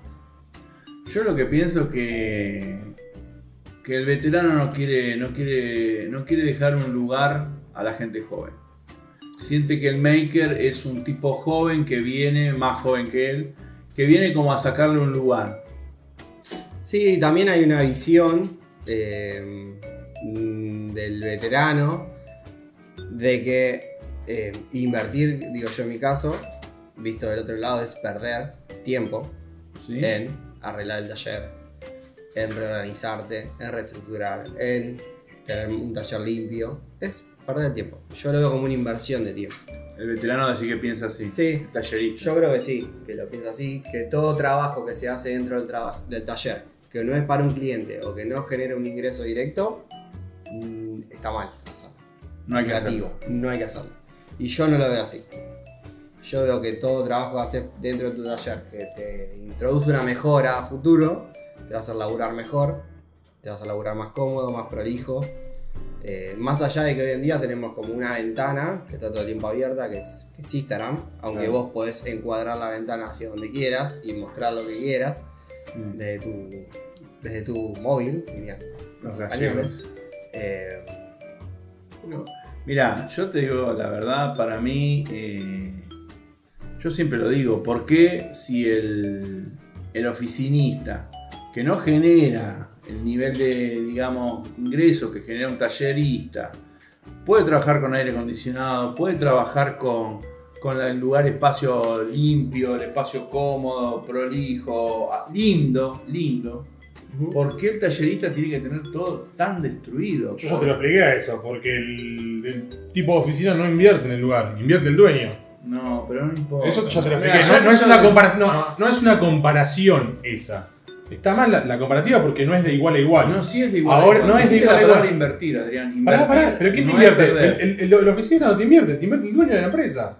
S1: Yo lo que pienso que. que el veterano no quiere, no quiere, no quiere dejar un lugar a la gente joven. Siente que el maker es un tipo joven que viene, más joven que él, que viene como a sacarle un lugar.
S3: Sí, también hay una visión eh, mm, del veterano de que eh, invertir, digo yo en mi caso, visto del otro lado, es perder tiempo.
S1: ¿sí?
S3: en arreglar el taller, en reorganizarte, en reestructurar, en tener un taller limpio. Es perder tiempo. Yo lo veo como una inversión de tiempo.
S1: El veterano así que piensa así.
S3: Sí,
S1: El tallerista.
S3: yo creo que sí, que lo pienso así, que todo trabajo que se hace dentro del, traba- del taller, que no es para un cliente o que no genera un ingreso directo, mm, está mal. hacerlo.
S1: no hay que hacerlo.
S3: Negativo, no hay que hacerlo. Y yo no lo veo así. Yo veo que todo trabajo que haces dentro de tu taller que te introduce una mejora a futuro, te va a hacer laburar mejor, te vas a laburar más cómodo, más prolijo. Eh, más allá de que hoy en día tenemos como una ventana que está todo el tiempo abierta, que es, que es Instagram, aunque
S1: Claro.
S3: vos podés encuadrar la ventana hacia donde quieras y mostrar lo que quieras desde tu, desde tu móvil, diría.
S2: Los gallegos.
S3: Españoles. Eh,
S1: Mira, yo te digo la verdad, para mí, eh, yo siempre lo digo, ¿por qué si el, el oficinista que no genera el nivel de, digamos, ingreso que genera un tallerista, puede trabajar con aire acondicionado, puede trabajar con, con el lugar, espacio limpio, el espacio cómodo, prolijo, ah, lindo, lindo? ¿Por qué el tallerista tiene que tener todo tan destruido?
S2: Yo ya te lo expliqué a eso, porque el, el tipo de oficina no invierte en el lugar, invierte el dueño.
S1: No, pero no importa.
S2: Eso ya te lo Ah.
S1: Mira,
S2: expliqué.
S1: yo
S2: No, no es una
S1: creo que-
S2: comparación, no, no es una comparación esa. Está mal la, la comparativa porque no es de igual a igual.
S1: No, sí es de igual. a
S2: Ahora,
S1: igual.
S2: no es de
S1: Dijiste
S2: igual a
S1: la palabra
S2: igual.
S1: invertir, Adrián.
S2: Pará,
S1: invertir.
S2: pará, pero ¿quién te
S1: No es
S2: invierte?
S1: perder.
S2: El, el- el- el oficinista no te invierte, te invierte el dueño de la empresa.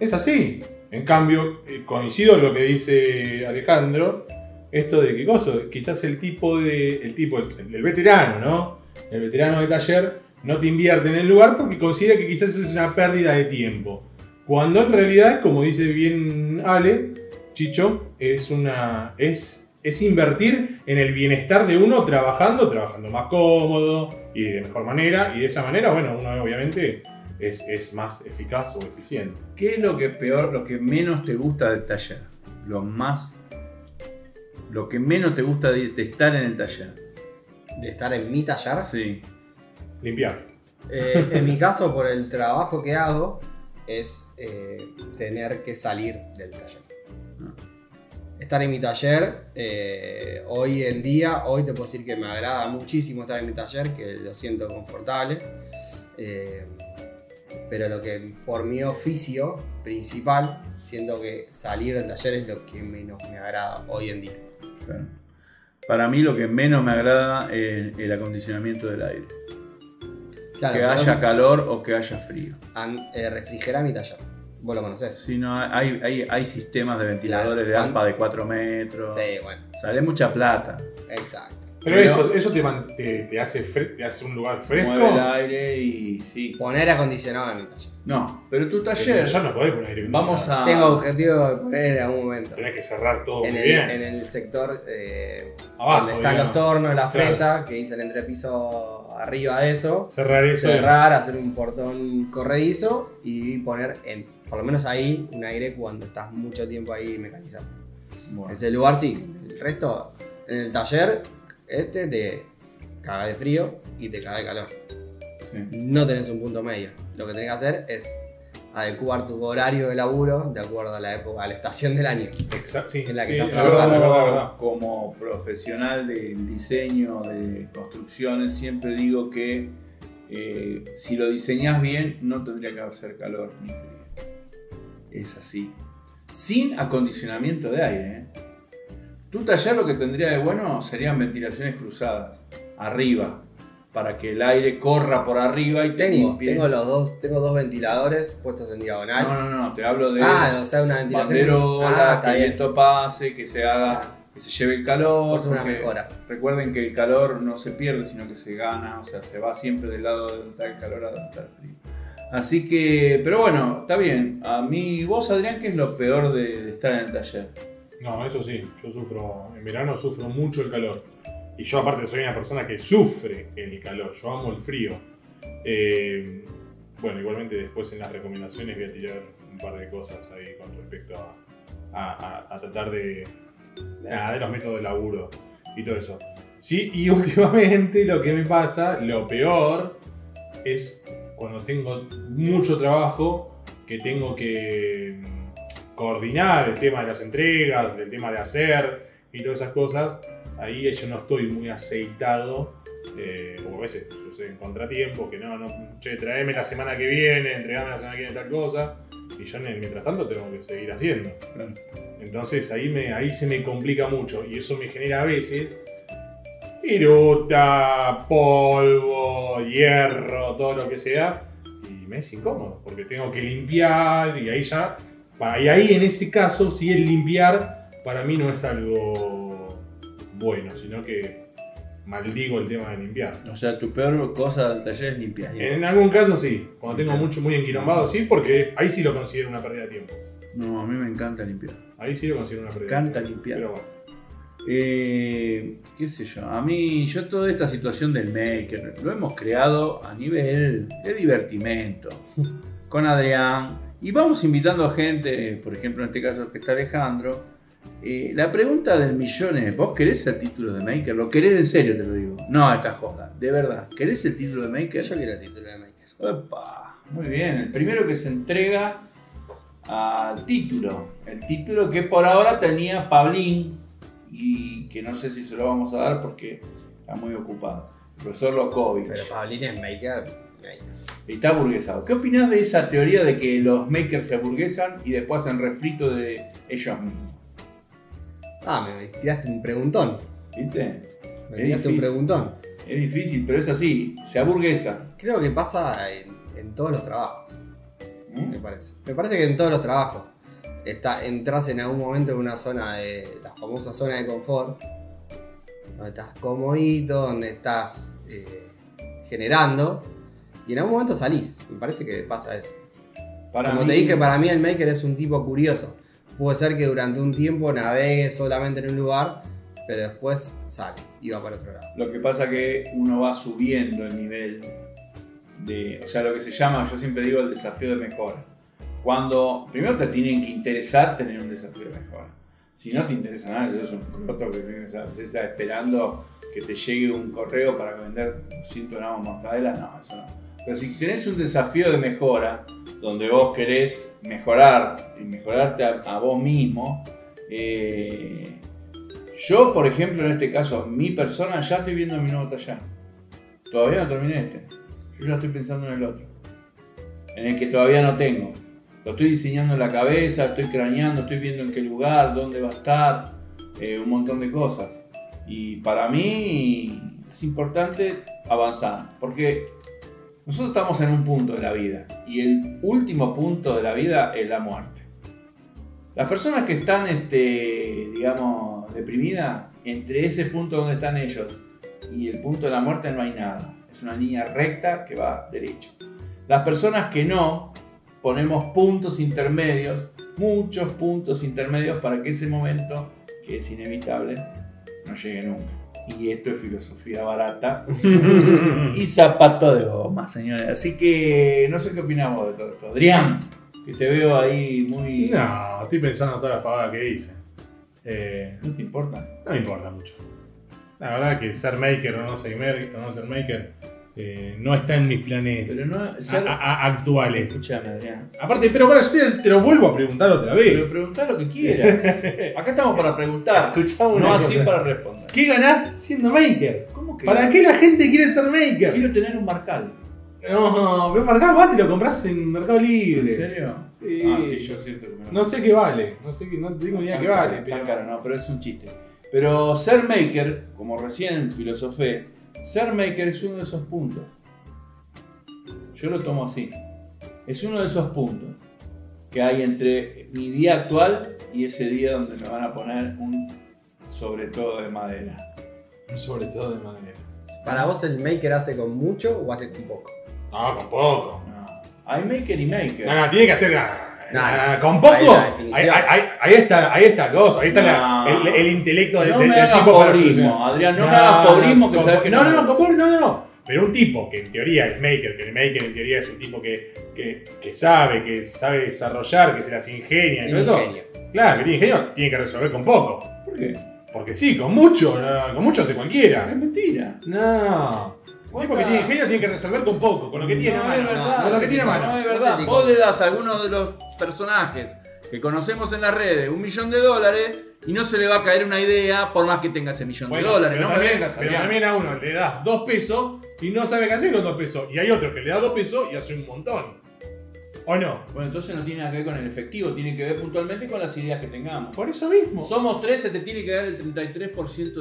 S2: Es así. En cambio, eh, coincido con lo que dice Alejandro, esto de que coso, quizás el tipo de. el tipo, el, el veterano, ¿no? El veterano de taller no te invierte en el lugar porque considera que quizás es una pérdida de tiempo. Cuando en realidad, como dice bien Ale, Chicho, es una. es, es invertir en el bienestar de uno trabajando, trabajando más cómodo y de mejor manera. Y de esa manera, bueno, uno obviamente es, es más eficaz o eficiente.
S1: ¿Qué es lo que peor, lo que menos te gusta del taller? Lo más. Lo que menos te gusta de, de estar en el taller.
S3: de estar en mi taller.
S1: Sí.
S2: Limpiar.
S3: Eh, en mi caso, por el trabajo que hago, es eh, tener que salir del taller.
S1: Ah.
S3: Estar en mi taller, eh, hoy en día, hoy te puedo decir que me agrada muchísimo estar en mi taller, que lo siento confortable. Eh, pero lo que por mi oficio principal, siento que salir del taller es lo que menos me agrada hoy en día.
S1: claro. Para mí lo que menos me agrada es el acondicionamiento del aire.
S3: Claro,
S1: que
S3: pero
S1: haya calor o que haya frío.
S3: an- eh, refrigera mi taller. Vos lo conocés.
S1: Si no, hay, hay, hay sistemas de ventiladores
S3: Claro.
S1: de aspa de 4 metros.
S3: Sí, bueno,
S1: Sale mucha plata.
S3: exacto.
S2: Pero,
S1: Pero-
S2: eso, eso te, man- te, te hace fre- te hace un lugar
S1: Mueve el
S2: fresco.
S1: aire y sí.
S3: Poner acondicionado en mi taller.
S1: No, pero tu
S2: Ayer.
S1: taller.
S2: Ya no podés poner aire
S1: Vamos a.
S3: Tengo objetivo de poner en algún momento.
S2: Tenés que cerrar todo
S3: En
S2: Ah. muy
S3: el,
S2: bien.
S3: en el sector eh,
S2: Abajo.
S3: donde están
S2: digamos.
S3: los tornos, la
S2: Claro.
S3: fresa, que hice el entrepiso arriba de eso.
S2: Cerrar eso.
S3: Cerrar, hacer un portón corredizo y poner, en, por lo menos ahí, un aire cuando estás mucho tiempo ahí mecanizando. En
S1: Bueno.
S3: ese lugar sí. El resto, en el taller, este te caga de frío y te caga de calor.
S1: Sí.
S3: no tenés un punto medio. Lo que tenés que hacer es adecuar tu horario de laburo de acuerdo a la época, a la estación del año.
S2: Exacto. Sí,
S3: en la que
S2: sí,
S3: estás
S2: la verdad, la
S1: Yo,
S2: verdad, la verdad.
S1: como profesional del diseño de construcciones, siempre digo que eh, si lo diseñás bien, no tendría que hacer calor ni frío. Es así. Sin acondicionamiento de aire. ¿eh? Tu taller lo que tendría de bueno serían ventilaciones cruzadas, arriba, para que el aire corra por arriba y te
S3: Tengo,
S1: limpie.
S3: tengo los dos, tengo dos ventiladores puestos en diagonal.
S1: No, eh, no, no, te hablo de
S3: ah, o sea, una ventilación. ah,
S1: banderola,
S3: está
S1: que
S3: bien. Ah.
S1: esto pase, que se haga, que se lleve el calor.
S3: Es una
S1: porque
S3: mejora.
S1: Recuerden que el calor no se pierde, sino que se gana, o sea, se va siempre del lado de donde está el calor a donde está el frío. Así que, pero bueno, está bien. A mí, vos Adrián, ¿qué es lo peor de, de estar en el taller?
S2: No, eso sí, yo sufro, en verano sufro mucho el calor. Y yo aparte soy una persona que sufre el calor, yo amo el frío. Eh, bueno, igualmente después en las recomendaciones voy a tirar un par de cosas ahí con respecto a, a- a- a tratar de, nada, de los métodos de laburo y todo eso. Sí, y últimamente lo que me pasa, lo peor, es cuando tengo mucho trabajo, que tengo que mm, coordinar el tema de las entregas, del tema de hacer y todas esas cosas, ahí yo no estoy muy aceitado, eh, o a veces suceden contratiempos, que no, no, che, traeme la semana que viene, entregame la semana que viene tal cosa, y yo en el- mientras tanto tengo que seguir haciendo. Entonces ahí, me, ahí se me complica mucho y eso me genera a veces piruta, polvo, hierro, todo lo que sea. Y me es incómodo porque tengo que limpiar y ahí ya... para- Y ahí en ese caso, si el limpiar para mí no es algo bueno, sino que maldigo el tema de limpiar.
S1: O sea, tu peor cosa del taller es limpiar.
S2: En algún caso sí, cuando tengo mucho muy enquilombado sí, porque ahí sí lo considero una pérdida de tiempo.
S1: No, a mí me encanta limpiar.
S2: Ahí sí lo considero una pérdida. de
S1: encanta
S2: tiempo.
S1: limpiar.
S2: Pero bueno.
S1: Eh, qué sé yo, a mí, yo toda esta situación del maker lo hemos creado a nivel de divertimento con Adrián y vamos invitando a gente, por ejemplo, en este caso que está Alejandro. Eh, la pregunta del millón es: ¿vos querés el título de maker? ¿Lo querés en serio? Te lo digo. No, esta joda, de verdad. ¿Querés el título de maker?
S3: Yo quiero el título de Maker.
S1: Epa, muy bien, el primero que se entrega al título. El título que por ahora tenía Pablín y que no sé si se lo vamos a dar porque está muy ocupado. El profesor
S3: Pero
S1: Lokovic.
S3: Pablín es Maker. maker.
S1: Está burguesado. ¿Qué opinás de esa teoría de que los makers se aburguesan y después hacen refrito de ellos mismos?
S3: Ah, me tiraste un preguntón.
S1: ¿Viste?
S3: Me
S1: Es
S3: tiraste un
S1: difícil.
S3: preguntón.
S1: Es difícil, pero es así. Se aburguesan.
S3: Creo que pasa en, en todos los trabajos,
S1: ¿Mm?
S3: me parece. Me parece que en todos los trabajos está, entras en algún momento en una zona de. la famosa zona de confort. Donde estás comodito, donde estás eh, generando. Y en algún momento salís. Me parece que pasa eso.
S1: Para
S3: Como
S1: mí-
S3: te dije, para mí el maker es un tipo curioso. Puede ser que durante un tiempo navegue solamente en un lugar, pero después sale y va para otro lado.
S1: Lo que pasa que uno va subiendo el nivel de, o sea, lo que se llama, yo siempre digo, el desafío de mejora. Cuando primero te tienen que interesar tener un desafío de mejora. Si no te interesa nada, eso es un croto que viene a- se está esperando que te llegue un correo para vender 200 gramos de mortadela, no, eso no. Pero si tenés un desafío de mejora, donde vos querés mejorar y mejorarte a, a vos mismo, eh, yo, por ejemplo, en este caso, mi persona, ya estoy viendo mi nuevo taller. Todavía no terminé este. Yo ya estoy pensando en el otro. En el que todavía no tengo. Lo estoy diseñando en la cabeza, estoy craneando, estoy viendo en qué lugar, dónde va a estar, eh, un montón de cosas. Y para mí es importante avanzar. Porque nosotros estamos en un punto de la vida. Y el último punto de la vida es la muerte. Las personas que están, este, digamos, deprimidas, entre ese punto donde están ellos y el punto de la muerte no hay nada. Es una línea recta que va derecha. Las personas que no, ponemos puntos intermedios, muchos puntos intermedios para que ese momento, que es inevitable, no llegue nunca. Y esto es filosofía barata y zapato de goma, señores. Así que no sé qué opinamos de todo esto. Adrián, que te veo ahí muy...
S2: No, estoy pensando en todas las pavadas que hice. Eh,
S1: No te importa.
S2: no me importa mucho. La verdad que ser maker o no ser maker, o no, ser maker, eh, no está en mis planes
S1: Pero no,
S2: a-
S1: ser-
S2: a- a- actuales.
S1: Escuchame, Adrián.
S2: Aparte, pero para yo te, te lo vuelvo a preguntar otra
S1: Pero
S2: vez.
S1: preguntá lo que quieras. Acá estamos para preguntar, no así para responder.
S2: ¿Qué ganás siendo maker?
S1: ¿Cómo que?
S2: ¿Para qué la gente quiere ser maker?
S1: Quiero tener un marcal.
S2: No, pero Mercado vas, te lo compras en Mercado Libre.
S1: serio?
S2: Sí.
S1: Ah, sí, yo siento que me lo-
S2: No sé qué vale, no sé qué, no tengo ni idea
S1: Tan
S2: qué
S1: caro,
S2: vale,
S1: tan
S2: pero.
S1: caro, no, pero es un chiste. Pero ser maker, como recién filosofé, ser maker es uno de esos puntos. Yo lo tomo así. Es uno de esos puntos que hay entre mi día actual y ese día donde me van a poner un sobre todo de madera.
S2: Sobre todo de manera.
S3: ¿Para vos el maker hace con mucho o hace con poco?
S2: No, con poco.
S1: No. Hay maker y maker.
S2: No, no, tiene que hacer.
S3: No,
S2: no, no, con
S3: ahí
S2: poco.
S3: la
S2: Ahí,
S3: definición.
S2: ahí- ahí- ahí está, ahí está la cosa, ahí está la-
S1: No.
S2: el, el intelecto del,
S1: No
S2: del-
S1: me
S2: del
S1: hagas
S2: tipo para
S1: pobrismo,
S2: solucionar.
S1: Adrián, no, me hagas pobrismo que
S2: con-
S1: sabes que
S2: no, no, no, con pobrismo no, no. Pero un tipo que en teoría es maker, que el maker en teoría es un tipo que, que, que sabe, que sabe desarrollar, que se las ingenia y todo
S3: Tiene
S2: eso.
S3: ingenio.
S2: Claro, que tiene ingenio, tiene que resolver con poco.
S1: ¿Por qué?
S2: Porque sí, con mucho, no, con mucho hace
S1: Es
S2: cualquiera.
S1: mentira.
S2: No. Un tipo que tiene ingenio tiene que resolver con poco, con lo que tiene a
S1: no,
S2: mano,
S1: es
S2: no,
S1: verdad,
S2: con lo que tiene a
S1: no,
S2: mano.
S1: es
S3: No
S1: verdad.
S3: sé si
S1: Vos
S3: con-
S1: le das a alguno de los personajes que conocemos en las redes un millón de dólares y no se le va a caer una idea por más que tenga ese millón
S2: Bueno,
S1: de dólares.
S2: pero,
S1: No me
S2: también,
S1: vengas,
S2: pero
S1: Adrián.
S2: también a uno le das dos pesos y no sabe qué hacer con dos pesos. Y hay otro que le da dos pesos y hace un montón. ¿O no?
S1: Bueno, entonces no tiene nada que ver con el efectivo, tiene que ver puntualmente con las ideas que tengamos.
S2: Por eso mismo.
S1: Somos 13, te tiene que dar el 33%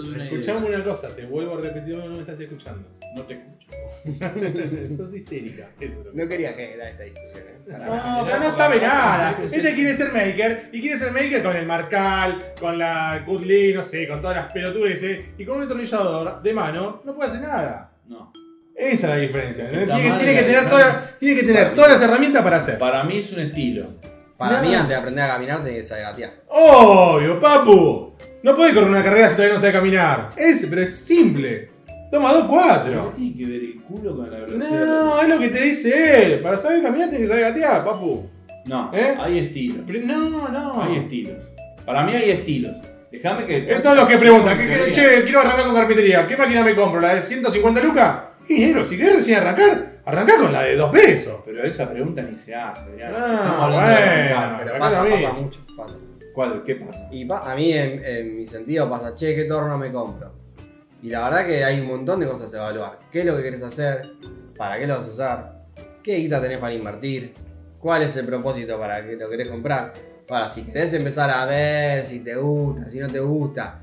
S1: de una idea.
S2: Escuchame una cosa, te vuelvo a repetir que no me estás escuchando.
S1: No te escucho.
S2: Sos histérica. Eso es lo que-
S3: No quería generar esta discusión. ¿eh? Para nada.
S2: No, pero no sabe nada. Este quiere ser maker y quiere ser maker con el Marcal, con la Goodly, no sé, con todas las pelotudeces y con un atornillador de mano no puede hacer nada.
S1: No.
S2: Esa es la diferencia. ¿no?
S1: Puta
S2: Tiene, que,
S1: madre,
S2: tiene que tener
S1: Alejandro.
S2: todas, tiene que tener todas las herramientas para hacer.
S1: Para mí es un estilo.
S3: Para mí,
S2: No.
S3: antes de aprender a caminar, tenés que saber gatear.
S2: Obvio, papu. No puede correr una carrera si todavía no sabe caminar. Es, pero es simple. Toma dos,
S1: No
S2: cuatro.
S1: tiene que ver el culo con la velocidad.
S2: No, es lo que te dice él. Para saber caminar tiene que saber gatear, papu.
S1: No,
S2: ¿Eh?
S1: hay estilos.
S2: Pero no, no.
S1: Hay estilos. Para mí hay estilos. Déjame que.
S2: Esto es lo que preguntan. que- que- che, quiero arrancar con carpintería. ¿Qué máquina me compro? ¿La de 150 lucas? Y negro, si querés recién arrancar, arrancá con la de 2 pesos.
S1: Pero esa pregunta ni se hace, Adrián.
S2: Ah,
S1: Si estamos hablando de
S2: bueno.
S1: arrancar.
S3: Pero
S2: acá
S3: pasa,
S2: también.
S3: pasa mucho. Pasa.
S1: ¿Cuál? ¿Qué pasa?
S3: Y pa- a mí, en, en mi sentido, pasa, che, ¿qué torno me compro? Y la verdad que hay un montón de cosas a evaluar. ¿Qué es lo que querés hacer? ¿Para qué lo vas a usar? ¿Qué guita tenés para invertir? ¿Cuál es el propósito para que lo querés comprar? Para si querés empezar a ver si te gusta, si no te gusta,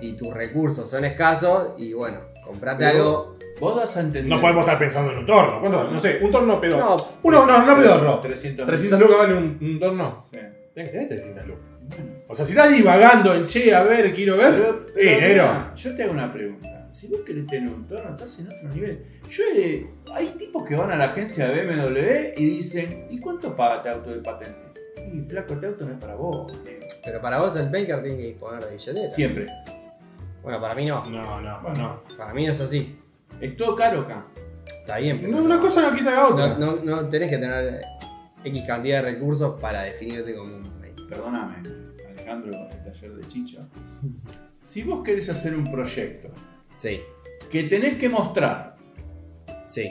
S3: y tus recursos son escasos, y bueno, comprate
S1: Pero-
S3: algo.
S1: Vos das a entender.
S2: No podemos estar pensando en un torno. ¿Cuánto? No sé, un torno pedorro.
S3: No,
S2: Uno, no, no pedorro.
S1: 300.
S2: 300 lucas vale un, un torno.
S1: Sí.
S2: Tenés que tener 300 lucas. O sea, si estás divagando en che, a ver, quiero ver.
S1: Pero, pero,
S2: eh, negro.
S1: mira, yo te hago una pregunta. Si vos querés tener un torno, estás en otro nivel. Yo eh, hay tipos que van a la agencia de BMW y dicen, ¿y cuánto paga este auto de patente? Y flaco, este auto no es para vos. negro".
S3: pero para vos el banker tiene que disponer de billetera.
S1: Siempre.
S3: Bueno, para mí no.
S2: No, no, no.
S3: Para mí no es así.
S1: ¿Es todo caro acá?
S3: Está bien, pero.
S2: No, Una cosa no quita la otra.
S3: No, no, no tenés que tener X cantidad de recursos para definirte como un maker.
S1: Perdóname, Alejandro, con el taller de Chicha. Si vos querés hacer un proyecto
S3: Sí,
S1: que tenés que mostrar
S3: sí.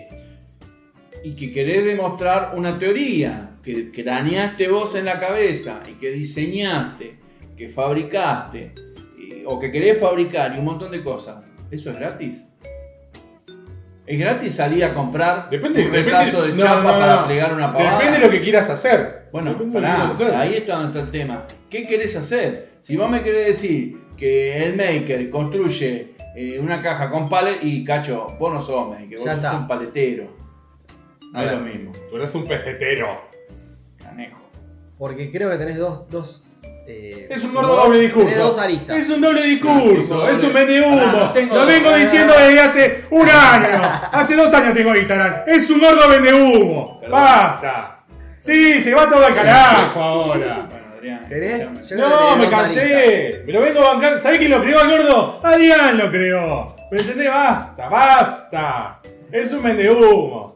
S1: y que querés demostrar una teoría que craneaste vos en la cabeza y que diseñaste, que fabricaste y- o que querés fabricar y un montón de cosas, ¿eso es gratis? ¿Es gratis salir a comprar
S2: Depende,
S1: un
S2: depende-
S1: retazo de
S2: no,
S1: chapa
S2: no, no,
S1: para
S2: no.
S1: plegar una pavada?
S2: Depende de lo que quieras hacer.
S1: Bueno,
S2: Depende de lo que
S1: pará,
S2: quieras hacer.
S1: ahí está donde está el tema. ¿Qué querés hacer? Si vos me querés decir que el maker construye eh, una caja con palet y cacho, vos no sos maker, vos
S3: Ya
S1: sos
S3: está.
S1: un paletero. No
S3: A
S1: es
S3: ver.
S1: lo mismo.
S2: Tú eres un pesetero.
S1: Canejo.
S3: Porque creo que tenés dos. dos eh,
S2: Es un gordo doble discurso.
S3: Tenés dos aristas.
S2: Es un doble discurso,
S1: No, tengo
S2: es un
S1: doble-
S2: vende
S1: Pará,
S2: humo.
S1: no tengo
S2: Lo
S1: doble-
S2: vengo diciendo desde hace un año. Hace dos años tengo Instagram. Es un gordo vende humo.
S1: Perdón.
S2: Basta. Sí, se va todo al carajo ahora.
S1: Bueno, Adrián.
S3: ¿Querés?
S1: escuchame.
S3: Yo creo que
S2: No,
S3: tenés
S2: me
S3: dos aristas.
S2: cansé. Me lo vengo bancando. ¿Sabés quién lo creó al gordo? Adrián lo creó. ¿Me entendés? Basta, basta. Es un vende humo.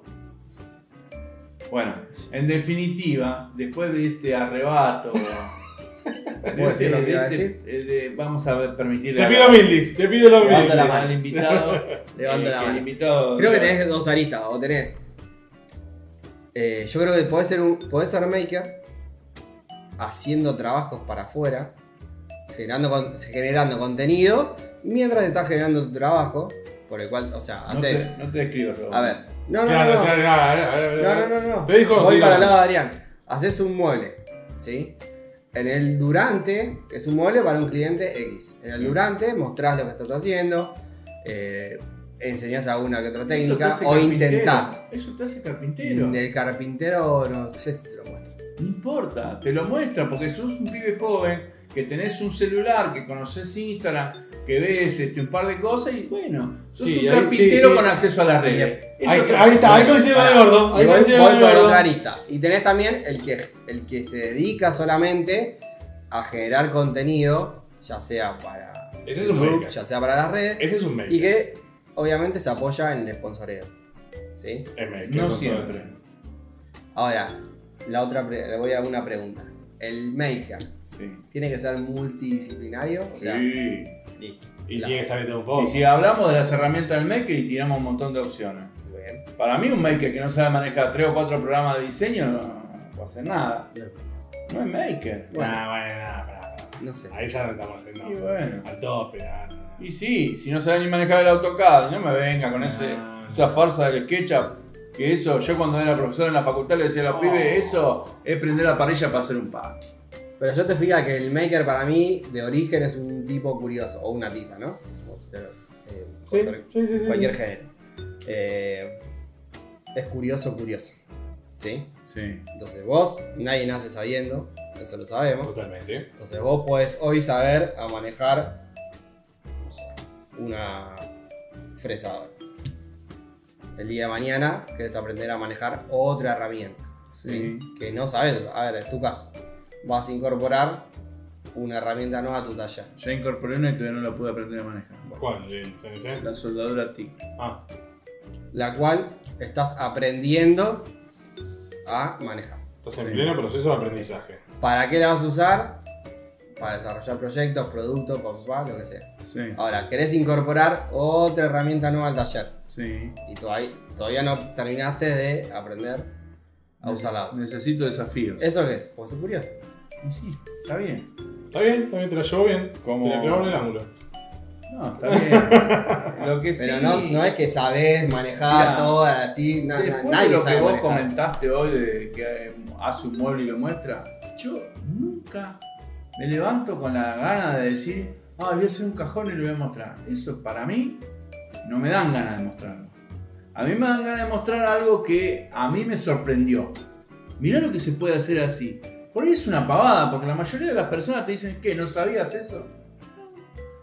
S1: Bueno, en definitiva, después de este arrebato. de
S3: ¿Puedo decir lo
S1: este-
S3: que iba a
S1: de este- eh, de- vamos a ver- permitirle
S2: Te
S1: a-
S2: pido mildis, te pido lo
S3: Levanta la
S2: mildis.
S1: al invitado. eh,
S3: Levanta la
S1: que el
S3: mano.
S1: invitado-
S3: Creo que tenés dos aristas. O tenés. eh, yo creo que podés ser, un, podés ser maker haciendo trabajos para afuera, generando, con- generando contenido, mientras estás generando tu trabajo, por el cual, o sea,
S1: No
S3: haces.
S1: te, no te describas.
S3: A ver. No, no,
S2: Claro,
S3: no. no.
S2: claro, claro,
S3: No, no,
S2: claro.
S3: no, no.
S2: Te dijo
S3: Voy
S2: sí,
S3: para el
S2: no.
S3: lado de Adrián. Haces un mueble, ¿sí? En el durante, es un mueble para un cliente X. En el
S1: Sí.
S3: durante, mostrás lo que estás haciendo, eh, enseñás alguna que otra
S1: Eso te
S3: técnica
S1: hace
S3: o
S1: carpintero.
S3: intentás.
S1: Eso te hace carpintero.
S3: Del carpintero, no sé si te lo muestro.
S1: No importa, te lo muestra porque sos un pibe joven, que tenés un celular, que conoces Instagram, que ves este, un par de cosas y bueno, sos
S2: Sí,
S1: un
S2: ahí-
S1: carpintero
S2: sí, sí.
S1: con acceso a las redes. Eso
S2: Ahí,
S1: te-
S2: ahí está, ahí coincide con el gordo.
S3: Y
S2: Ahí
S3: voy,
S2: coincide
S3: voy
S2: con el
S3: por
S2: gordo.
S3: otra arista. Y tenés también el que, el que se dedica solamente a generar contenido, ya sea para
S2: Ese es un maker.
S3: ya sea para las redes.
S2: Ese es un maker.
S3: Y que obviamente se apoya en el sponsoreo. ¿Sí?
S2: Es maker,
S1: No
S2: con todo.
S1: siempre.
S3: Ahora, la otra pre- le voy a una pregunta. ¿El maker
S1: Sí.
S3: tiene que ser multidisciplinario? O sea,
S1: Sí.
S3: listo.
S2: Y
S3: Claro.
S2: tiene que saber todo un
S1: Y
S2: poco.
S1: si hablamos de las herramientas del maker y tiramos un montón de opciones.
S3: Muy bien.
S1: Para mí un maker que no sabe manejar tres o cuatro programas de diseño no, no puede hacer nada. No es maker.
S3: Bueno,
S2: Nah, Ah, bueno, nah, pará, pará.
S3: no sé.
S2: Ahí ya no estamos
S1: Y
S2: yendo.
S1: bueno.
S2: Al tope, nah, nah.
S1: Y sí, si no sabe ni manejar el AutoCAD, no me venga con ese,
S2: No, no.
S1: esa farsa del SketchUp. Que eso, yo cuando era profesor en la facultad le decía a los pibes, eso es prender la parrilla para hacer un pan.
S3: Pero yo te fijas que el maker para mí de origen es un tipo curioso, o una tipa, ¿no? Puede ser, eh,
S2: Sí,
S3: puede ser
S2: sí, sí. sí.
S3: cualquier género. Eh, es curioso, curioso. ¿Sí?
S1: Sí.
S3: Entonces vos, nadie nace sabiendo, eso lo sabemos.
S2: Totalmente.
S3: Entonces vos podés hoy saber a manejar no sé, una fresadora. El día de mañana querés aprender a manejar otra herramienta.
S1: Sí.
S3: Que no sabes. A ver, es tu caso. Vas a incorporar una herramienta nueva a tu taller.
S1: Ya incorporé una y todavía no la pude aprender a manejar.
S2: ¿Cuál? ¿El CNC?
S1: La soldadora TIC.
S2: Ah,
S3: La cual estás aprendiendo a manejar.
S2: estás en
S1: Sí.
S2: pleno proceso de aprendizaje.
S3: ¿Para qué la vas a usar? Para desarrollar proyectos, productos, bla, bla, bla, lo que sea.
S1: Sí,
S3: Ahora, querés incorporar otra herramienta nueva al taller.
S1: sí.
S3: y todavía, todavía no terminaste de aprender a usarla.
S1: Neces- Necesito desafíos.
S3: ¿Eso qué es? Pues es curioso.
S1: Y Sí, está bien.
S2: Está bien, está bien, te la llevo bien.
S1: Como-
S2: Te la clavo en el ángulo.
S1: No, está bien. Lo que sí.
S3: Pero no, no es que sabés manejar
S1: Mirá,
S3: toda, ti, na- na-
S1: Después de
S3: nadie
S1: lo que
S3: sabe
S1: vos
S3: manejar.
S1: comentaste hoy de que eh, hace un mueble y lo muestra, yo nunca me levanto con la gana de decir, ah, voy a hacer un cajón y lo voy a mostrar. Eso para mí no me dan ganas de mostrarlo. A mí me dan ganas de mostrar algo que a mí me sorprendió. Mirá lo que se puede hacer así. Por ahí es una pavada, porque la mayoría de las personas te dicen, ¿qué? ¿No sabías eso?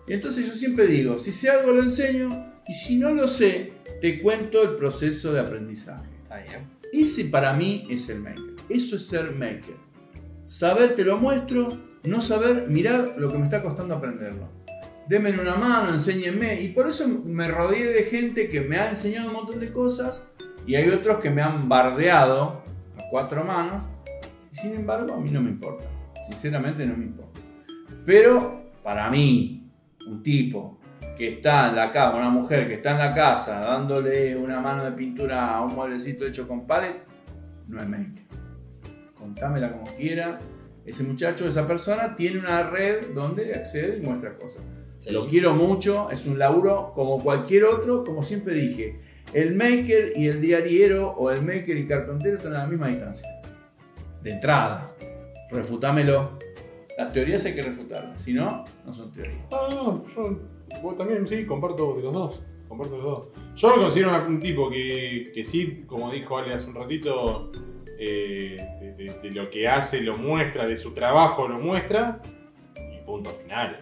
S1: Y entonces yo siempre digo, si sé algo lo enseño, y si no lo sé, te cuento el proceso de aprendizaje.
S3: Está bien.
S1: Ese para mí es el maker. Eso es ser maker. Saber te lo muestro, no saber, mirar lo que me está costando aprenderlo. Denme una mano, enséñenme. Y por eso me rodeé de gente que me ha enseñado un montón de cosas y hay otros que me han bardeado a cuatro manos. Y sin embargo, a mí no me importa. Sinceramente no me importa. Pero para mí, un tipo que está en la casa, una mujer que está en la casa dándole una mano de pintura a un mueblecito hecho con palet, no es maker. Contámela como quiera. Ese muchacho, esa persona, tiene una red donde accede y muestra cosas.
S3: Sí.
S1: Lo quiero mucho, es un laburo como cualquier otro, como siempre dije. El maker y el diariero o el maker y el carpintero están a la misma distancia. De entrada, refutámelo. Las teorías hay que refutarlas, si no, no son teorías.
S2: Ah, no, yo vos también, sí, comparto de los dos. Comparto de los dos. Yo me considero una- un tipo que, que sí, como dijo Ale hace un ratito, eh, de, de- de lo que hace lo muestra, de su trabajo lo muestra, y punto final.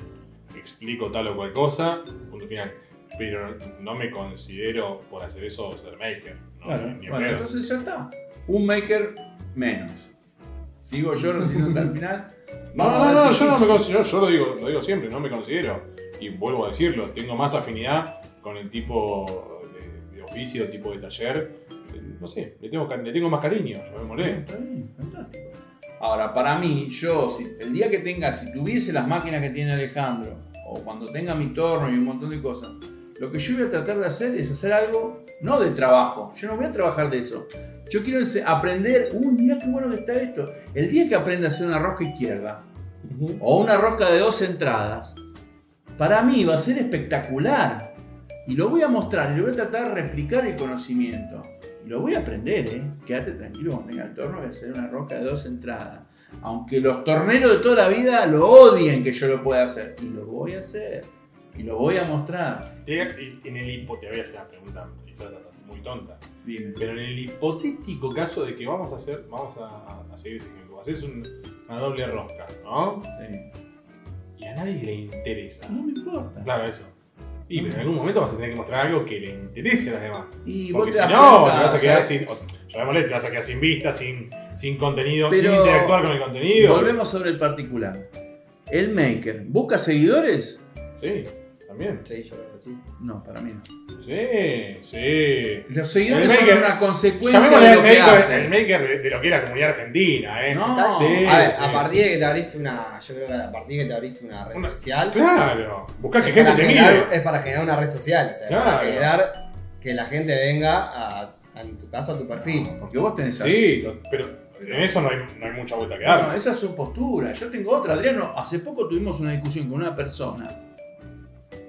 S2: Explico tal o cual cosa, punto final. Pero no me considero por hacer eso ser maker. No, ni en
S1: bueno,
S2: pedo.
S1: entonces ya está. Un maker menos. Sigo yo recién hasta el final.
S2: No,
S1: Vamos a
S2: no,
S1: ver
S2: no,
S1: si
S2: yo no me
S1: Chicho-
S2: considero, yo lo digo, lo digo siempre, no me considero. Y vuelvo a decirlo, tengo más afinidad con el tipo de, de oficio, tipo de taller. eh, No sé, le tengo, ca- le tengo más cariño, llamémosle.
S1: Está bien, fantástico. Ahora, para mí, yo, si, el día que tenga, si tuviese las máquinas que tiene Alejandro, o cuando tenga mi torno y un montón de cosas, lo que yo voy a tratar de hacer es hacer algo, no de trabajo, yo no voy a trabajar de eso. Yo quiero ense- aprender, uy, mira qué bueno que está esto. El día que aprenda a hacer una rosca izquierda, o una rosca de dos entradas, para mí va a ser espectacular. Y lo voy a mostrar, y lo voy a tratar de replicar el conocimiento. Y lo voy a aprender, ¿eh? Quédate tranquilo cuando tenga el torno, voy a hacer una rosca de dos entradas. Aunque los torneros de toda la vida lo odien que yo lo pueda hacer. Y lo voy a hacer. Y lo voy a mostrar.
S2: Te- y- En el hipo, te voy a hacer una pregunta quizás muy tonta.
S1: Dime.
S2: Pero en el hipotético caso de que vamos a hacer, vamos a, a seguir ese ejemplo, haces un- una doble rosca, ¿no?
S1: Sí.
S2: Y a nadie le interesa.
S1: No me importa.
S2: Claro, eso. Y pero en algún momento vas a tener que mostrar algo que le interese a las demás.
S1: Y vos
S2: Porque
S1: te
S2: si
S1: das
S2: no,
S1: cuenta,
S2: te vas a
S1: o
S2: quedar
S1: sea,
S2: sin. O sea, llamémosle, te vas a quedar sin vista, sin, sin contenido,
S1: Pero-
S2: sin interactuar con el contenido.
S1: Volvemos sobre el particular. El maker, ¿busca seguidores?
S2: Sí, también.
S3: Sí, yo creo que sí.
S1: No, para mí no.
S2: Sí, sí.
S1: Los seguidores
S2: El maker-
S1: son una consecuencia
S2: Llamémosle
S1: de
S2: el
S1: lo que
S2: maker, el
S1: hacen.
S2: maker de, de lo que es la comunidad argentina, ¿eh?
S1: No.
S3: Está-
S2: Sí,
S3: a ver,
S2: sí.
S3: a partir de que te abrís una. Yo creo que a partir de que te abrís una red
S2: Una-
S3: social.
S2: Claro, buscá que
S3: es, para
S2: gente te
S3: generar,
S2: mire.
S3: es para generar una red social. O sea, para
S2: Claro.
S3: generar que la gente venga a, a, en tu caso, a tu perfil.
S1: Porque vos tenés algo.
S2: Sí, to- pero en eso no hay, no hay mucha vuelta que dar.
S1: No, esa es su postura. Yo tengo otra, Adriano. Hace poco tuvimos una discusión con una persona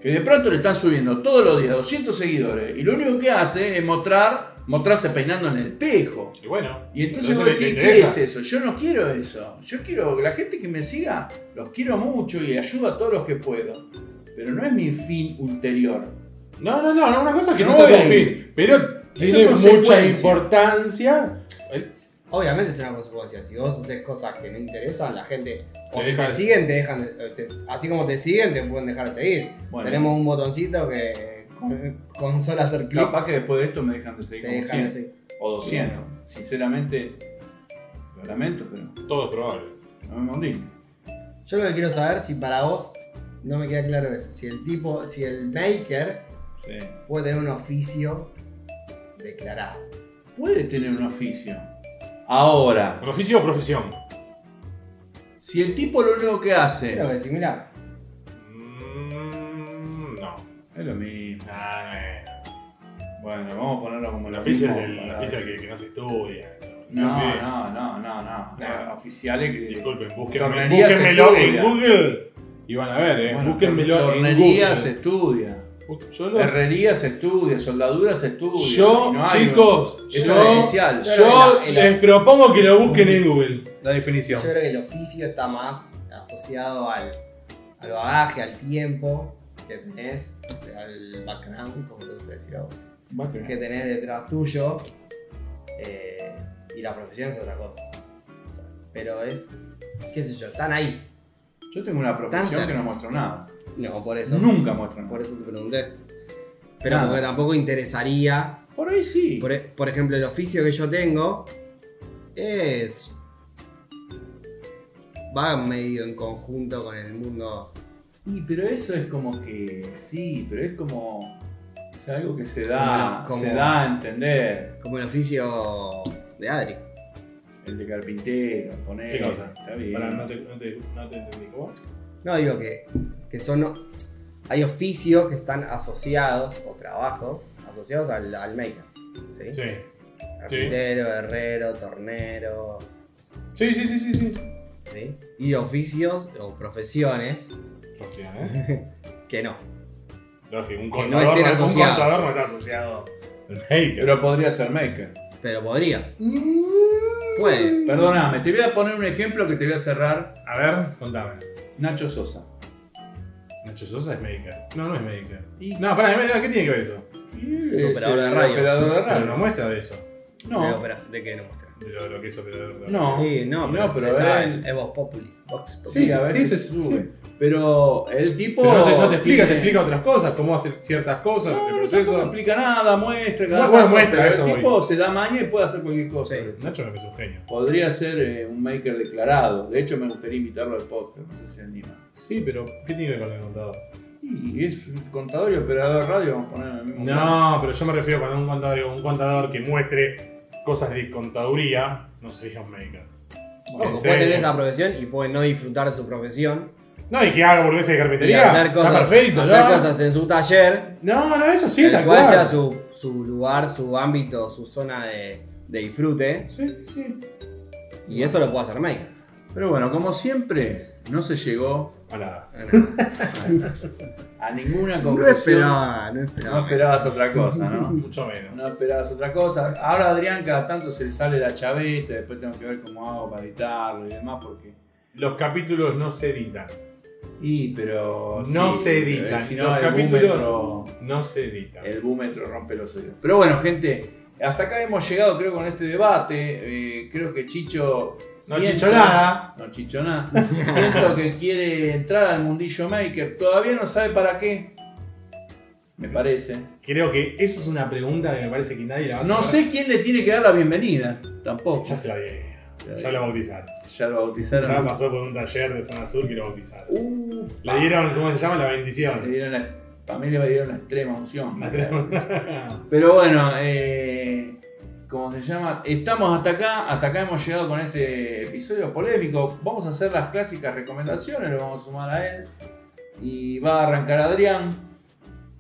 S1: que de pronto le están subiendo todos los días 200 seguidores y lo único que hace es mostrar mostrarse peinando en el espejo.
S2: Y bueno.
S1: Y entonces vos
S2: ¿te
S1: decís, ¿qué es
S2: interesa?
S1: eso? Yo no quiero eso. Yo quiero, la gente que me siga, los quiero mucho y ayudo a todos los que puedo. Pero no es mi fin ulterior.
S2: No, no, no, no, una cosa que
S1: No
S2: no voy
S1: se
S2: a
S1: puede.
S2: decir. Pero tiene mucha
S1: consecuencia.
S2: importancia.
S3: Obviamente es una consecuencia. Si vos haces cosas que no interesan, la gente. O
S2: Te
S3: si
S2: dejan.
S3: te siguen, te dejan. de- te- así como te siguen, te pueden dejar de seguir.
S1: Bueno.
S3: Tenemos un botoncito que con, con solo hacer clic
S1: Capaz que después de esto me dejan de
S3: te
S1: seguir como
S3: dejan
S1: 100
S3: de seguir.
S1: o 200. Sinceramente, lo lamento, pero
S2: Todo es probable.
S1: no me mandí.
S3: Yo lo que quiero saber si para vos no me queda claro eso. Si el tipo, si el maker
S1: Sí.
S3: puede tener un oficio declarado.
S1: Puede tener un oficio. Ahora,
S2: ¿Un oficio o profesión?
S1: si el tipo lo único que hace
S3: Quiero decir, mira,
S2: Mm, no. Ah,
S1: es lo mismo.
S2: Nah, no es.
S1: Bueno, vamos a ponerlo como
S2: El
S1: lo
S2: oficio es
S1: mismo
S2: el, el
S1: para-
S2: oficio que, que no se estudia.
S1: No,
S2: Sí, sí.
S1: no, no, no, no.
S2: Nah.
S1: Oficiales que.
S2: Disculpen, búsquenme,
S1: Tornería se
S2: búsquenmelo en
S1: estudia.
S2: Google. Y van a ver, eh.
S1: Bueno,
S2: búsquenmelo en
S1: tornería se
S2: Google.
S1: estudia.
S2: Bu- Yo, lo-
S1: Herrería se estudia, soldadura se estudia.
S2: yo,
S1: y no hay-
S2: chicos,
S1: Es
S2: yo,
S1: oficial.
S2: yo
S3: El- el-
S2: les propongo que lo busquen en Google. La
S3: yo
S2: definición.
S3: creo que el oficio está más asociado al, al bagaje, al tiempo que tenés, al background, como te gusta decir a vos. que tenés detrás tuyo eh, y la profesión es otra cosa. O sea, pero es, qué sé yo, están ahí.
S1: Yo tengo una profesión
S3: Danza.
S1: que no muestro nada.
S3: No, por eso.
S1: Nunca muestro nada.
S3: Por eso te pregunté. Pero
S1: Nada.
S3: porque tampoco interesaría.
S1: Por ahí sí.
S3: Por, e- por ejemplo, el oficio que yo tengo es. va medio en conjunto con el mundo.
S1: Y, pero eso es como que. Sí, pero es como. Es algo que se da.
S3: Como- como-
S1: Se da a entender.
S3: como el oficio de Adri.
S1: El de carpintero, poner.
S2: ¿Qué cosa?
S1: Está bien.
S2: Pará, no te, no te- no te entendí. ¿Cómo?
S3: No, digo que, que son. Hay oficios que están asociados o trabajos asociados al, al maker. ¿Sí?
S2: Sí.
S3: Carpintero, herrero, tornero.
S2: Sí, sí, sí, sí, sí.
S3: ¿sí? Y oficios o profesiones
S2: Profesión, ¿eh?
S3: que no.
S2: Lógico, un
S3: Que
S2: contador,
S3: no estén
S2: un
S3: asociados.
S2: contador no está asociado. al maker.
S1: Pero podría ser maker.
S3: Pero podría. Puede.
S1: Perdóname, te voy a poner un ejemplo que te voy a cerrar.
S2: A ver, contame.
S1: Nacho Sosa.
S2: Nacho Sosa es maker. No, no es maker.
S1: Y-
S2: No, pará, es- ¿qué tiene que ver eso?
S1: Es
S3: operador de
S1: el
S3: radio.
S1: operador de
S2: Pero
S1: radio.
S2: no muestra de eso.
S3: Pero,
S1: No,
S3: pero, ¿De qué no muestra?
S2: De lo, de lo que es operador. de-
S1: no.
S3: Sí, no,
S1: Y
S3: pero,
S1: no,
S3: se
S1: pero
S3: sabe.
S1: él-
S3: Es Vox Populi. Vox Populi.
S1: Sí,
S2: Sí,
S1: a
S2: sí,
S1: veces
S2: sí,
S1: sube.
S2: sí.
S1: Pero el tipo.
S2: Pero no te, no te explica, te
S1: tiene-
S2: explica otras cosas, cómo hace ciertas cosas,
S1: No,
S2: el
S1: no,
S2: proceso.
S1: tampoco explica nada, muestra. cada
S2: No, bueno,
S1: tanto,
S2: muestra,
S1: pero
S2: eso
S1: El
S2: voy.
S1: tipo se da maña y puede hacer cualquier cosa.
S3: Sí.
S2: Nacho me parece un genio.
S1: Podría ser eh, un maker declarado. De hecho, me gustaría invitarlo al podcast. No sé si se anima.
S2: Sí, pero ¿qué tiene que ver con el contador?
S1: Y es un contador y operador de radio. Vamos a poner en el mismo. plano.
S2: No, pero yo me refiero cuando un contador, un contador que muestre cosas de contaduría, no sería un maker.
S3: Ojo,
S2: en
S3: puede
S2: serio.
S3: tener esa profesión y puede no disfrutar de su profesión.
S2: No, y que haga burguesa de
S3: Y
S2: carpintería.
S3: hacer cosas,
S2: Está perfecto,
S3: hacer
S2: ¿no?
S3: cosas en su taller
S2: No, no, eso sí,
S3: el
S2: tal
S3: cual
S2: cual.
S3: sea su, su lugar, su ámbito, su zona de, de disfrute.
S2: Sí, sí, sí.
S3: Y eso lo puede hacer Mike.
S1: Pero bueno, como siempre, no se llegó
S2: A nada.
S1: a ninguna
S3: No
S1: conclusión.
S3: esperaba, no esperaba.
S1: No esperabas otra cosa, ¿no?
S2: Mucho menos.
S1: No esperabas otra cosa. Ahora a Adrián cada tanto se le sale la chaveta, después tengo que ver cómo hago para editarlo y demás, porque.
S2: Los capítulos no se editan.
S1: Y pero.
S2: No se
S1: pero
S2: editan.
S1: Si no,
S2: Los
S1: el
S2: capítulos-
S1: búmetro-
S2: No se editan.
S1: el búmetro rompe los oídos. Pero bueno, gente, hasta acá hemos llegado, creo, con este debate. Eh, creo que Chicho.
S2: No
S1: siento-
S2: chicho nada.
S1: No chicho nada. Siento que quiere entrar al mundillo maker. Todavía no sabe para qué. Me parece.
S2: Creo que eso es una pregunta que me parece que nadie la va a
S1: No
S2: hacer.
S1: sé quién le tiene que dar la bienvenida. Tampoco.
S2: Ya se la di. Ya la bautizaron.
S1: Ya lo
S2: Ya
S1: bautizaron.
S2: pasó por un taller de zona sur que lo bautizaron.
S1: Uh,
S2: Le dieron, ¿cómo se llama? La
S1: le
S2: bendición.
S1: dieron la, para mí le dieron la extrema unción.
S2: La tenemos.
S1: Pero bueno, eh, ¿cómo se llama? Estamos hasta acá, hasta acá hemos llegado con este episodio polémico. Vamos a hacer las clásicas recomendaciones, lo vamos a sumar a él. Y va a arrancar Adrián.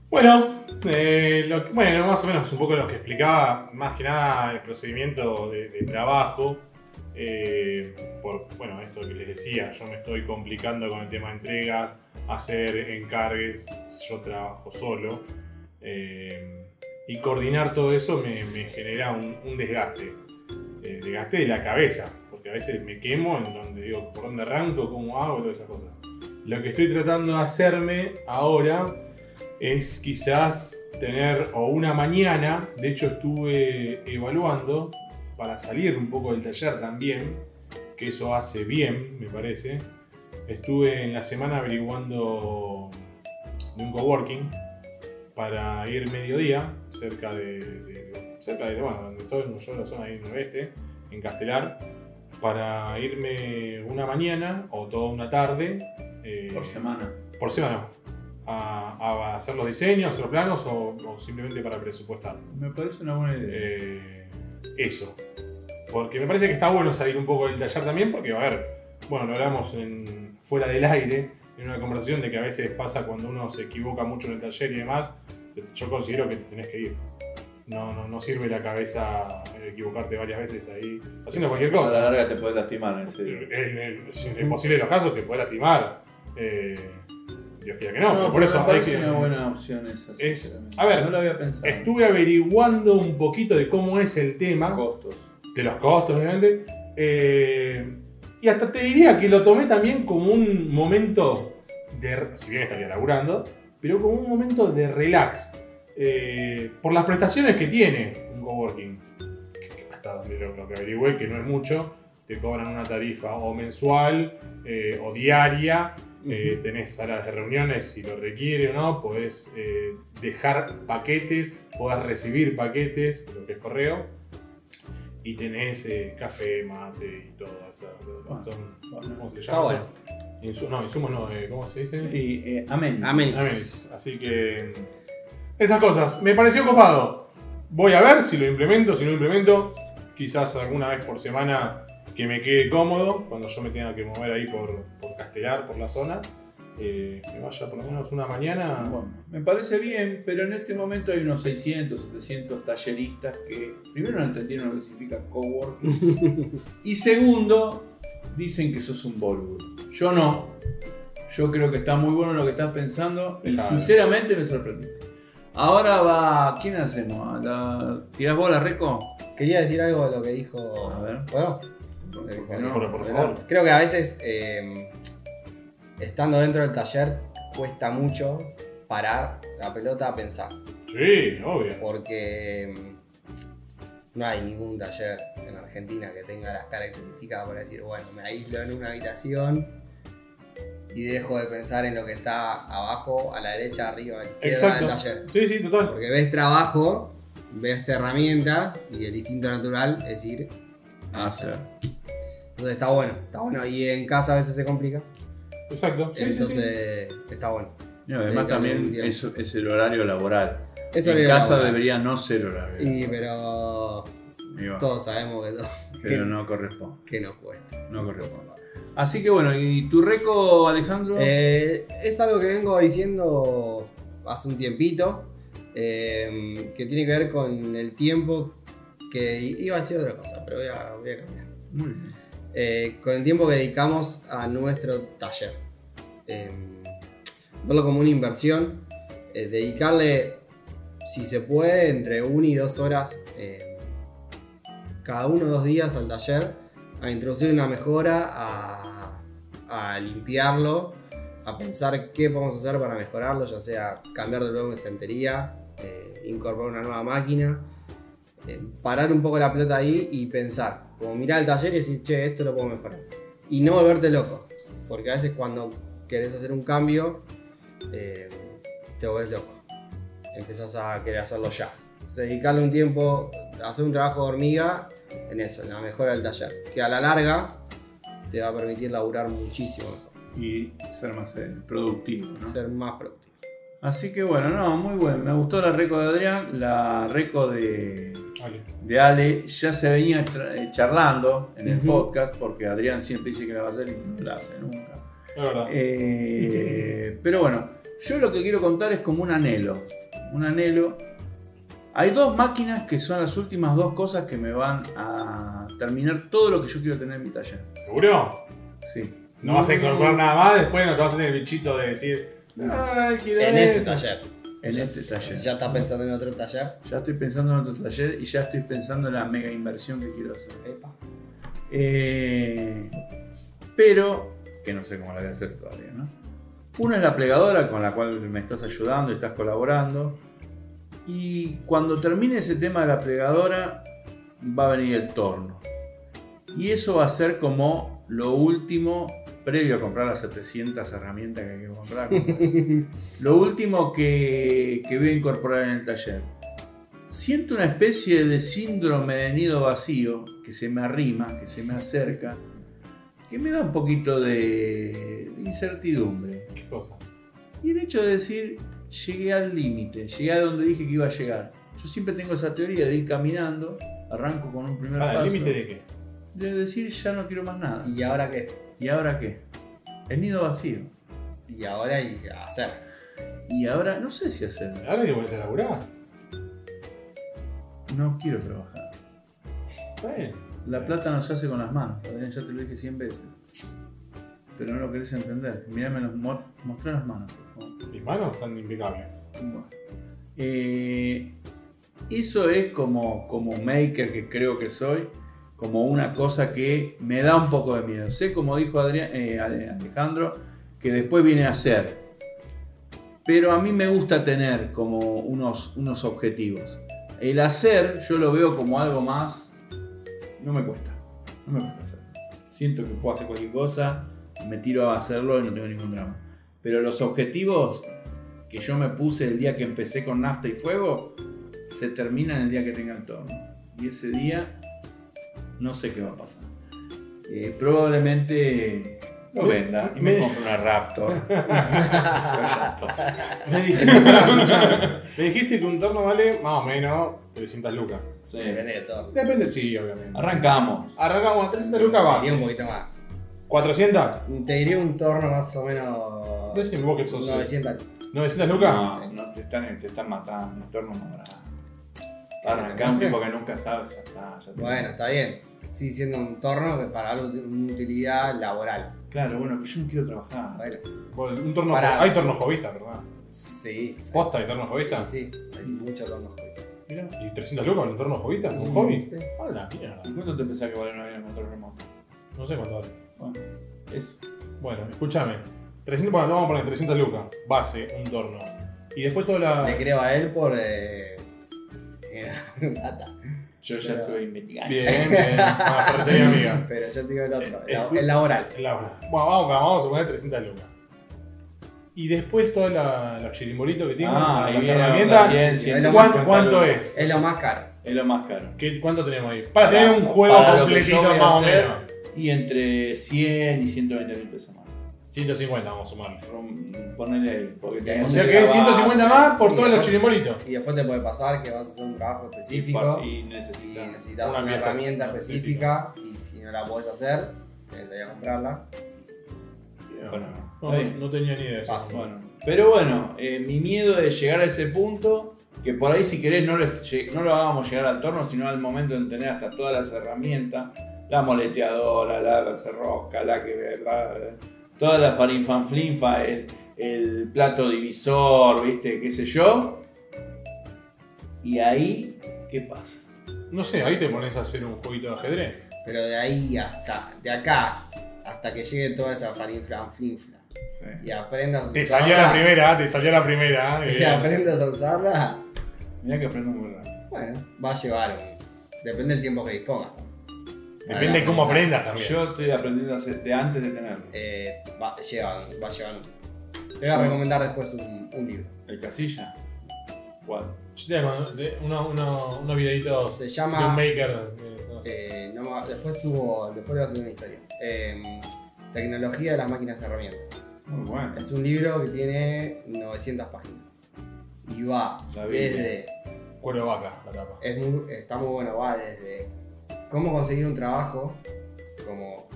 S2: Bueno, eh, lo que- bueno, más o menos un poco lo que explicaba, más que nada el procedimiento de, de trabajo. eh, por bueno, esto que les decía, yo me estoy complicando con el tema de entregas, hacer encargues, yo trabajo solo. eh, y coordinar todo eso me, me genera un, un desgaste. Eh, desgaste de la cabeza, porque a veces me quemo en donde digo, ¿por dónde arranco? ¿Cómo hago? Todas esas cosas. Lo que estoy tratando de hacerme ahora es quizás tener o una mañana, de hecho estuve evaluando para salir un poco del taller también, que eso hace bien, me parece. Estuve en la semana averiguando de un coworking para ir mediodía, cerca de, de- cerca de, bueno, donde todo yo la zona ahí en oeste, en Castelar, para irme una mañana o toda una tarde. eh,
S1: Por semana.
S2: por semana a, a hacer los diseños, hacer los planos o, o simplemente para presupuestar.
S1: Me parece una buena idea.
S2: Eh, eso. Porque me parece que está bueno salir un poco del taller también, porque, a ver, bueno, lo hablamos en, fuera del aire, en una conversación de que a veces pasa cuando uno se equivoca mucho en el taller y demás, yo considero que te tenés que ir. No, no, no sirve la cabeza equivocarte varias veces ahí haciendo cualquier
S1: a la
S2: cosa.
S1: larga te puedes lastimar, en serio.
S2: En, en- en el posible de los casos te puede lastimar. Eh, Dios quiera que no, pero por
S1: pero
S2: eso
S1: me
S2: hay
S1: parece
S2: que-
S1: una buena opción esa.
S2: Es-
S1: sinceramente.
S2: a ver,
S1: no lo había pensado.
S2: Estuve averiguando un poquito de cómo es el tema,
S1: costos.
S2: de los costos, obviamente. eh, y hasta te diría que lo tomé también como un momento de. Si bien estaría laburando, pero como un momento de relax. eh, por las prestaciones que tiene un coworking. que- que Hasta donde lo, lo que averigüé, que no es mucho, te cobran una tarifa o mensual eh, o diaria. Eh, tenés salas de reuniones si lo requiere o no, podés eh, dejar paquetes, podés recibir paquetes, lo que es correo, y tenés eh, café, mate y todo eso.
S1: Bueno,
S2: Son-
S1: bueno.
S2: ¿Cómo se
S3: Está
S2: llama?
S3: bueno.
S2: Insu- no, insumos no, eh, ¿cómo se dice?
S1: Y eh, amén.
S3: Amén.
S2: Amenities. Así que esas cosas. Me pareció copado. Voy a ver si lo implemento, si no lo implemento. Quizás alguna vez por semana que me quede cómodo, cuando yo me tenga que mover ahí por, por Castelar, por la zona. Eh, que vaya por lo menos una mañana.
S1: Bueno, me parece bien, pero en este momento hay unos 600, 700 talleristas que primero no entendieron lo que significa coworking y segundo dicen que sos un boludo. Yo no. Yo creo que está muy bueno lo que estás pensando y
S2: Claro.
S1: sinceramente me sorprendiste. Ahora va, ¿quién hacemos? ¿A ¿La... ¿Tirás bola, Reco?
S3: Quería decir algo de lo que dijo.
S1: A ver.
S3: ¿Puedo?
S1: No,
S2: Pero, por
S1: adelante.
S2: favor.
S3: Creo que a veces, eh, estando dentro del taller, cuesta mucho parar la pelota a pensar.
S2: Sí, obvio.
S3: Porque mm, no hay ningún taller en Argentina que tenga las características para decir, bueno, me aíslo en una habitación y dejo de pensar en lo que está abajo, a la derecha, arriba, a la izquierda
S2: Exacto.
S3: del taller.
S2: Sí, sí, total.
S3: Porque ves trabajo, ves herramientas y el instinto natural es ir a hacer. Entonces está bueno, está bueno. Y en casa a veces se complica.
S2: Exacto. Sí, sí, sí.
S3: entonces está bueno.
S1: No, además
S3: Dedicale un
S1: también
S3: tiempo.
S1: es, es el horario laboral.
S3: Eso
S1: en
S3: le digo a la
S1: casa
S3: abuela.
S1: debería no ser horario.
S3: Y
S1: laboral.
S3: pero
S1: Ahí va.
S3: todos sabemos que, no-
S1: Pero no corresponde.
S3: que nos cuesta.
S1: No corresponde. Así que bueno, ¿y tu reco, Alejandro?
S3: Eh, es algo que vengo diciendo hace un tiempito. eh, que tiene que ver con el tiempo que iba a decir otra cosa, pero voy a, voy a cambiar.
S1: Muy bien.
S3: eh, con el tiempo que dedicamos a nuestro taller. Eh, verlo como una inversión, eh, dedicarle, si se puede, entre una y dos horas eh, cada uno dos días al taller, a introducir una mejora, a, a limpiarlo, a pensar qué podemos hacer para mejorarlo, ya sea cambiar de lugar una estantería, eh, incorporar una nueva máquina eh, parar un poco la pelota ahí y pensar. Como mirar el taller y decir, che, esto lo puedo mejorar. Y no volverte loco. Porque a veces cuando querés hacer un cambio, eh, te volvés loco. Empezás a querer hacerlo ya. Entonces, dedicarle un tiempo, hacer un trabajo de hormiga en eso, en la mejora del taller. Que a la larga te va a permitir laburar muchísimo mejor.
S1: Y ser más eh, productivo, ¿no?
S3: Ser más productivo.
S1: Así que bueno, no, muy bueno. Me gustó la reco de Adrián, la reco de,
S2: Vale.
S1: de Ale. Ya se venía tra- eh, charlando en el
S3: Ujú.
S1: podcast porque Adrián siempre dice que la va a hacer y no la hace nunca.
S2: Es verdad.
S1: Eh, pero bueno, yo lo que quiero contar es como un anhelo. Un anhelo. Hay dos máquinas que son las últimas dos cosas que me van a terminar todo lo que yo quiero tener en mi taller.
S2: ¿Seguro?
S1: Sí.
S2: No vas a incorporar nada más, después no te vas a tener el bichito de decir.
S1: No.
S2: "Ay, quiero
S3: En este
S2: esto".
S3: taller.
S1: en este taller.
S3: Ya está pensando en otro taller.
S1: Ya estoy pensando en otro taller y ya estoy pensando en la mega inversión que quiero hacer.
S3: Epa.
S1: Eh, pero, que no sé cómo la voy a hacer todavía, ¿no? Una es la plegadora con la cual me estás ayudando y estás colaborando. Y cuando termine ese tema de la plegadora, va a venir el torno. Y eso va a ser como lo último, previo a comprar las 700 herramientas que hay que comprar. lo último que, que voy a incorporar en el taller. Siento una especie de síndrome de nido vacío que se me arrima, que se me acerca, que me da un poquito de de incertidumbre.
S2: ¿Qué cosa?
S1: Y el hecho de decir, llegué al límite, llegué a donde dije que iba a llegar. Yo siempre tengo esa teoría de ir caminando, arranco con un primer
S2: Para,
S1: paso,
S2: Ah, ¿el límite de qué?
S1: de decir, ya no quiero más nada.
S3: ¿Y ahora qué?
S1: ¿Y ahora qué? El nido vacío.
S3: Y ahora y a hacer.
S1: Y ahora no sé si hacerlo.
S2: Ahora que volvés a laburar.
S1: No quiero trabajar.
S2: Está bien.
S1: La plata no se hace con las manos, Adrián, ya te lo dije 100 veces. Pero no lo querés entender. Mirame los mo- mostrá las manos, por favor.
S2: Mis manos están impecables.
S1: Bueno. Eh, eso es como, como maker que creo que soy, como una cosa que me da un poco de miedo. Sé, como dijo Adrián, eh, Ale- Alejandro, que después viene a ser. Pero a mí me gusta tener como unos, unos objetivos. El hacer yo lo veo como algo más... No me cuesta. No me cuesta hacer. Siento que puedo hacer cualquier cosa, me tiro a hacerlo y no tengo ningún drama. Pero los objetivos que yo me puse el día que empecé con nafta y fuego, se terminan el día que tenga el torno. Y ese día no sé qué va a pasar. Eh, probablemente lo venda y me
S2: Me-
S1: compro una Raptor.
S2: Me dijiste, me dijiste que un torno vale más o menos 300 lucas.
S1: Sí.
S3: Depende de todo.
S2: Depende, sí, obviamente.
S1: Arrancamos.
S2: Arrancamos a 300 lucas
S3: Te diría
S2: base.
S3: un poquito más.
S2: 400.
S3: Te diría un torno más o menos.
S2: Decime vos que Pues, sos. eh,
S3: 900.
S2: 900 lucas.
S1: No, no te están, te están matando, el torno no habrá. Arrancá un tipo que nunca sabes, ya está. ya está.
S3: Bueno, está bien. Estoy diciendo un torno que para algo tiene una utilidad laboral.
S1: Claro, bueno, pero yo no quiero trabajar.
S3: Bueno,
S2: Bueno, Un torno
S3: Pará.
S2: Hay tornos jovistas, ¿verdad?
S3: sí.
S2: Posta de tornos jovistas.
S3: Sí, hay muchos tornos.
S1: Mirá,
S2: ¿Y 300 lucas un torno jovita? ¿Un
S3: Sí,
S2: hobby?
S3: sí.
S2: A la mierda.
S1: ¿y cuánto te pensás que vale un avión en control remoto?
S2: No sé cuánto vale.
S1: Bueno, eso.
S2: Bueno, escúchame. 300, bueno, vamos a poner 300 lucas. Base, un torno. Y después toda
S3: Le
S2: la.
S3: creo a él por. Eh, eh, data.
S1: Yo ya
S3: Pero-
S1: estoy investigando.
S2: Bien, bien. Ah, ferretería amiga.
S3: Pero yo te digo el otro,
S2: Eh,
S3: el, el laboral.
S2: Laura. Bueno, vamos, acá, vamos a poner 300 lucas. Y después toda la, los chirimbolitos que tienen,
S1: Ah, ahí
S2: las
S1: viene
S2: herramientas.
S1: otra cien, cien,
S3: ¿Cuán-
S1: 150
S2: cuánto
S1: lucas.
S2: es?
S3: Es lo más caro.
S1: Es lo más caro.
S2: ¿Qué- ¿Cuánto tenemos ahí? Para,
S1: Para-
S2: tener un juego
S1: para lo que yo
S2: completito
S1: voy a
S2: más o
S1: hacer.
S2: menos.
S1: Y entre 100 y 120 mil pesos más.
S2: 150 vamos a sumarle.
S1: Rom- Ponele ahí. Porque
S3: O
S2: O
S1: tenemos
S2: sea
S1: que
S2: que es
S1: grabar,
S2: 150 más por
S3: Sí,
S2: todos los
S3: aparte-
S2: chirimbolitos.
S3: Y después te puede pasar que vas a hacer un trabajo específico
S1: Y,
S3: y,
S1: y necesitas.
S3: necesitas
S2: una
S3: una,
S2: pieza
S3: herramienta
S2: específica.
S3: específica y si no la podés hacer, tenés que ir a comprarla.
S1: Bueno,
S2: No,
S1: está bien.
S2: no tenía ni idea de eso.
S3: Fácil.
S1: Bueno, pero bueno, eh, mi miedo es llegar a ese punto. Que por ahí, si querés, no lo, est- no lo hagamos llegar al torno, sino al momento de tener hasta todas las herramientas: la moleteadora, la, la cerrosca, la que. la- toda la farinfanflinfa, el, el plato divisor, ¿viste? ¿Qué sé yo? Y ahí, ¿qué pasa?
S2: No sé, ahí te pones a hacer un jueguito de ajedrez.
S3: Pero de ahí hasta, de acá, hasta que llegue toda esa farinfla, finfla y aprendas a
S2: Te
S3: usarla.
S2: salió la primera, te salió la primera. eh.
S3: Y aprendas a usarla,
S1: Mirá que aprendo muy rápido.
S3: bueno, va a llevar un- Depende del tiempo que dispongas.
S2: Depende de cómo aprendas también.
S1: Yo estoy aprendiendo a hacer de antes de tenerlo.
S3: Eh, va, lleva, va a llevar un- Te voy a recomendar después un, un libro.
S1: ¿El casilla? ¿Cuál?
S2: Yo te mando de- uno- uno- unos videitos
S3: Se
S2: de
S3: llama.
S2: un maker. eh, no sé.
S3: Eh, no me- después subo, después le voy a subir una historia. Eh, Tecnología de las máquinas de herramientas.
S1: Muy bueno.
S3: Es un libro que tiene 900 páginas. Y va
S1: La Biblia.
S3: desde.
S2: Cuero de vaca, la tapa.
S3: Es muy- está muy bueno, va desde cómo conseguir un trabajo. Como.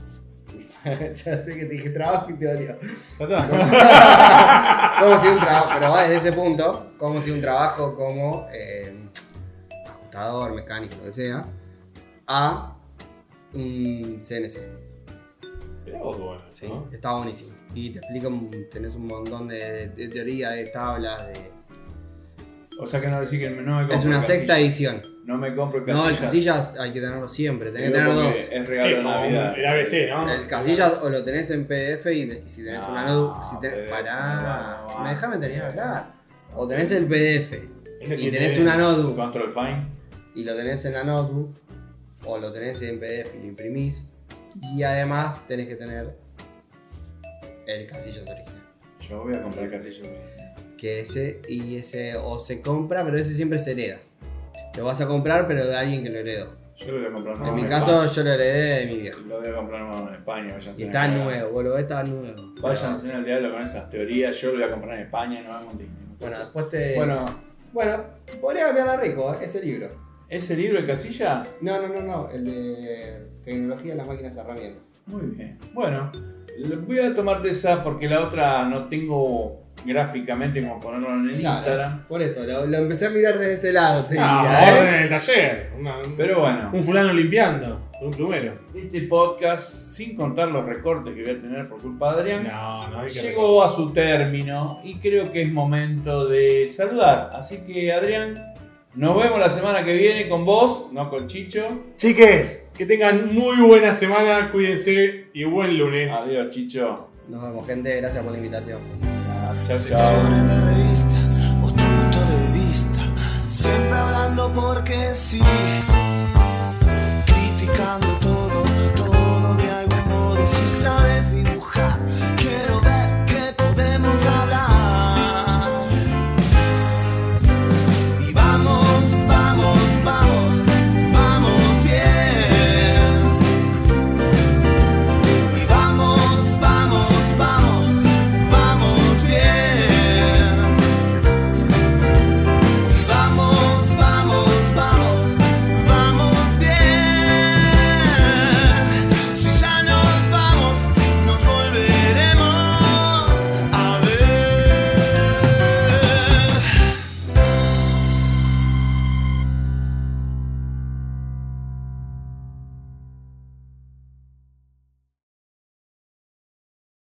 S3: ya sé que te dije trabajo y te odio. Cómo conseguir un trabajo, pero va desde ese punto. Cómo conseguir un trabajo como eh, ajustador, mecánico, lo que sea. A un CNC.
S2: Mirá vos, bueno,
S3: Sí,
S2: ¿no?
S3: está buenísimo. Y te explica, un- tenés un montón de, de teoría, de tablas, de,
S1: O sea que no decir que no me compro
S3: Es una
S1: el
S3: sexta
S1: Casillas.
S3: edición.
S1: No me compro el
S3: No, el
S1: casillas.
S3: casillas hay que tenerlo siempre, tenés que
S1: Digo
S3: tener
S1: porque
S3: dos.
S1: Es
S2: Sí,
S1: regalo de
S2: como
S1: Navidad.
S2: el ABC, ¿no?
S3: El casillas o lo tenés en PDF y, y si tenés
S1: No,
S3: una notebook. Si
S1: pero
S3: tenés,
S1: no va,
S3: pará,
S1: no va.
S3: me déjame terminar de hablar. O tenés el PDF
S2: Es lo
S3: y
S2: que
S3: tenés
S2: tiene
S3: una notebook
S1: Control Fine.
S3: y lo tenés en la notebook o lo tenés en PDF y lo imprimís. Y además tenés que tener el casillas original.
S1: Yo voy a comprar casillas.
S3: que ese y ese o se compra, pero ese siempre se hereda. Lo vas a comprar, pero de alguien que lo heredó.
S1: Yo lo voy a comprar nuevo.
S3: en mi
S1: en
S3: caso, yo lo heredé de mi viejo.
S1: España. Lo voy a comprar nuevo en España. váyanse
S3: Y
S1: a
S3: está
S1: cagar.
S3: nuevo, boludo, está nuevo.
S1: Váyanse al diablo con esas teorías. Yo lo voy a comprar en España. No vamos a Disney.
S3: Bueno, después te.
S1: Bueno,
S3: bueno podría cambiarla rico, ¿eh? ese libro.
S1: ¿ese libro de casillas?
S3: No, no, no, no, el de tecnología de las máquinas herramientas.
S1: Muy bien. Bueno, lo- voy a tomarte esa porque la otra no tengo gráficamente como ponerlo en el Instagram.
S3: Por eso, lo, lo empecé a mirar desde ese lado. Te
S2: Ah,
S3: diría, ¿eh?
S2: orden en el taller. Una-
S1: Pero bueno.
S2: un fulano limpiando. Un plumero.
S1: Este podcast, sin contar los recortes que voy a tener por culpa de Adrián,
S2: No, no hay que
S1: llegó a su término y creo que es momento de saludar. Así que Adrián, nos vemos la semana que viene con vos, no con Chicho.
S2: Chiques, que tengan muy buena semana, cuídense y buen lunes.
S1: Adiós Chicho.
S3: Nos vemos, gente, gracias por la invitación.
S1: Chao, chao.
S4: Secciones de revista, otro punto de vista. Siempre hablando porque sí. Criticando todo, todo de algún modo. Si sabes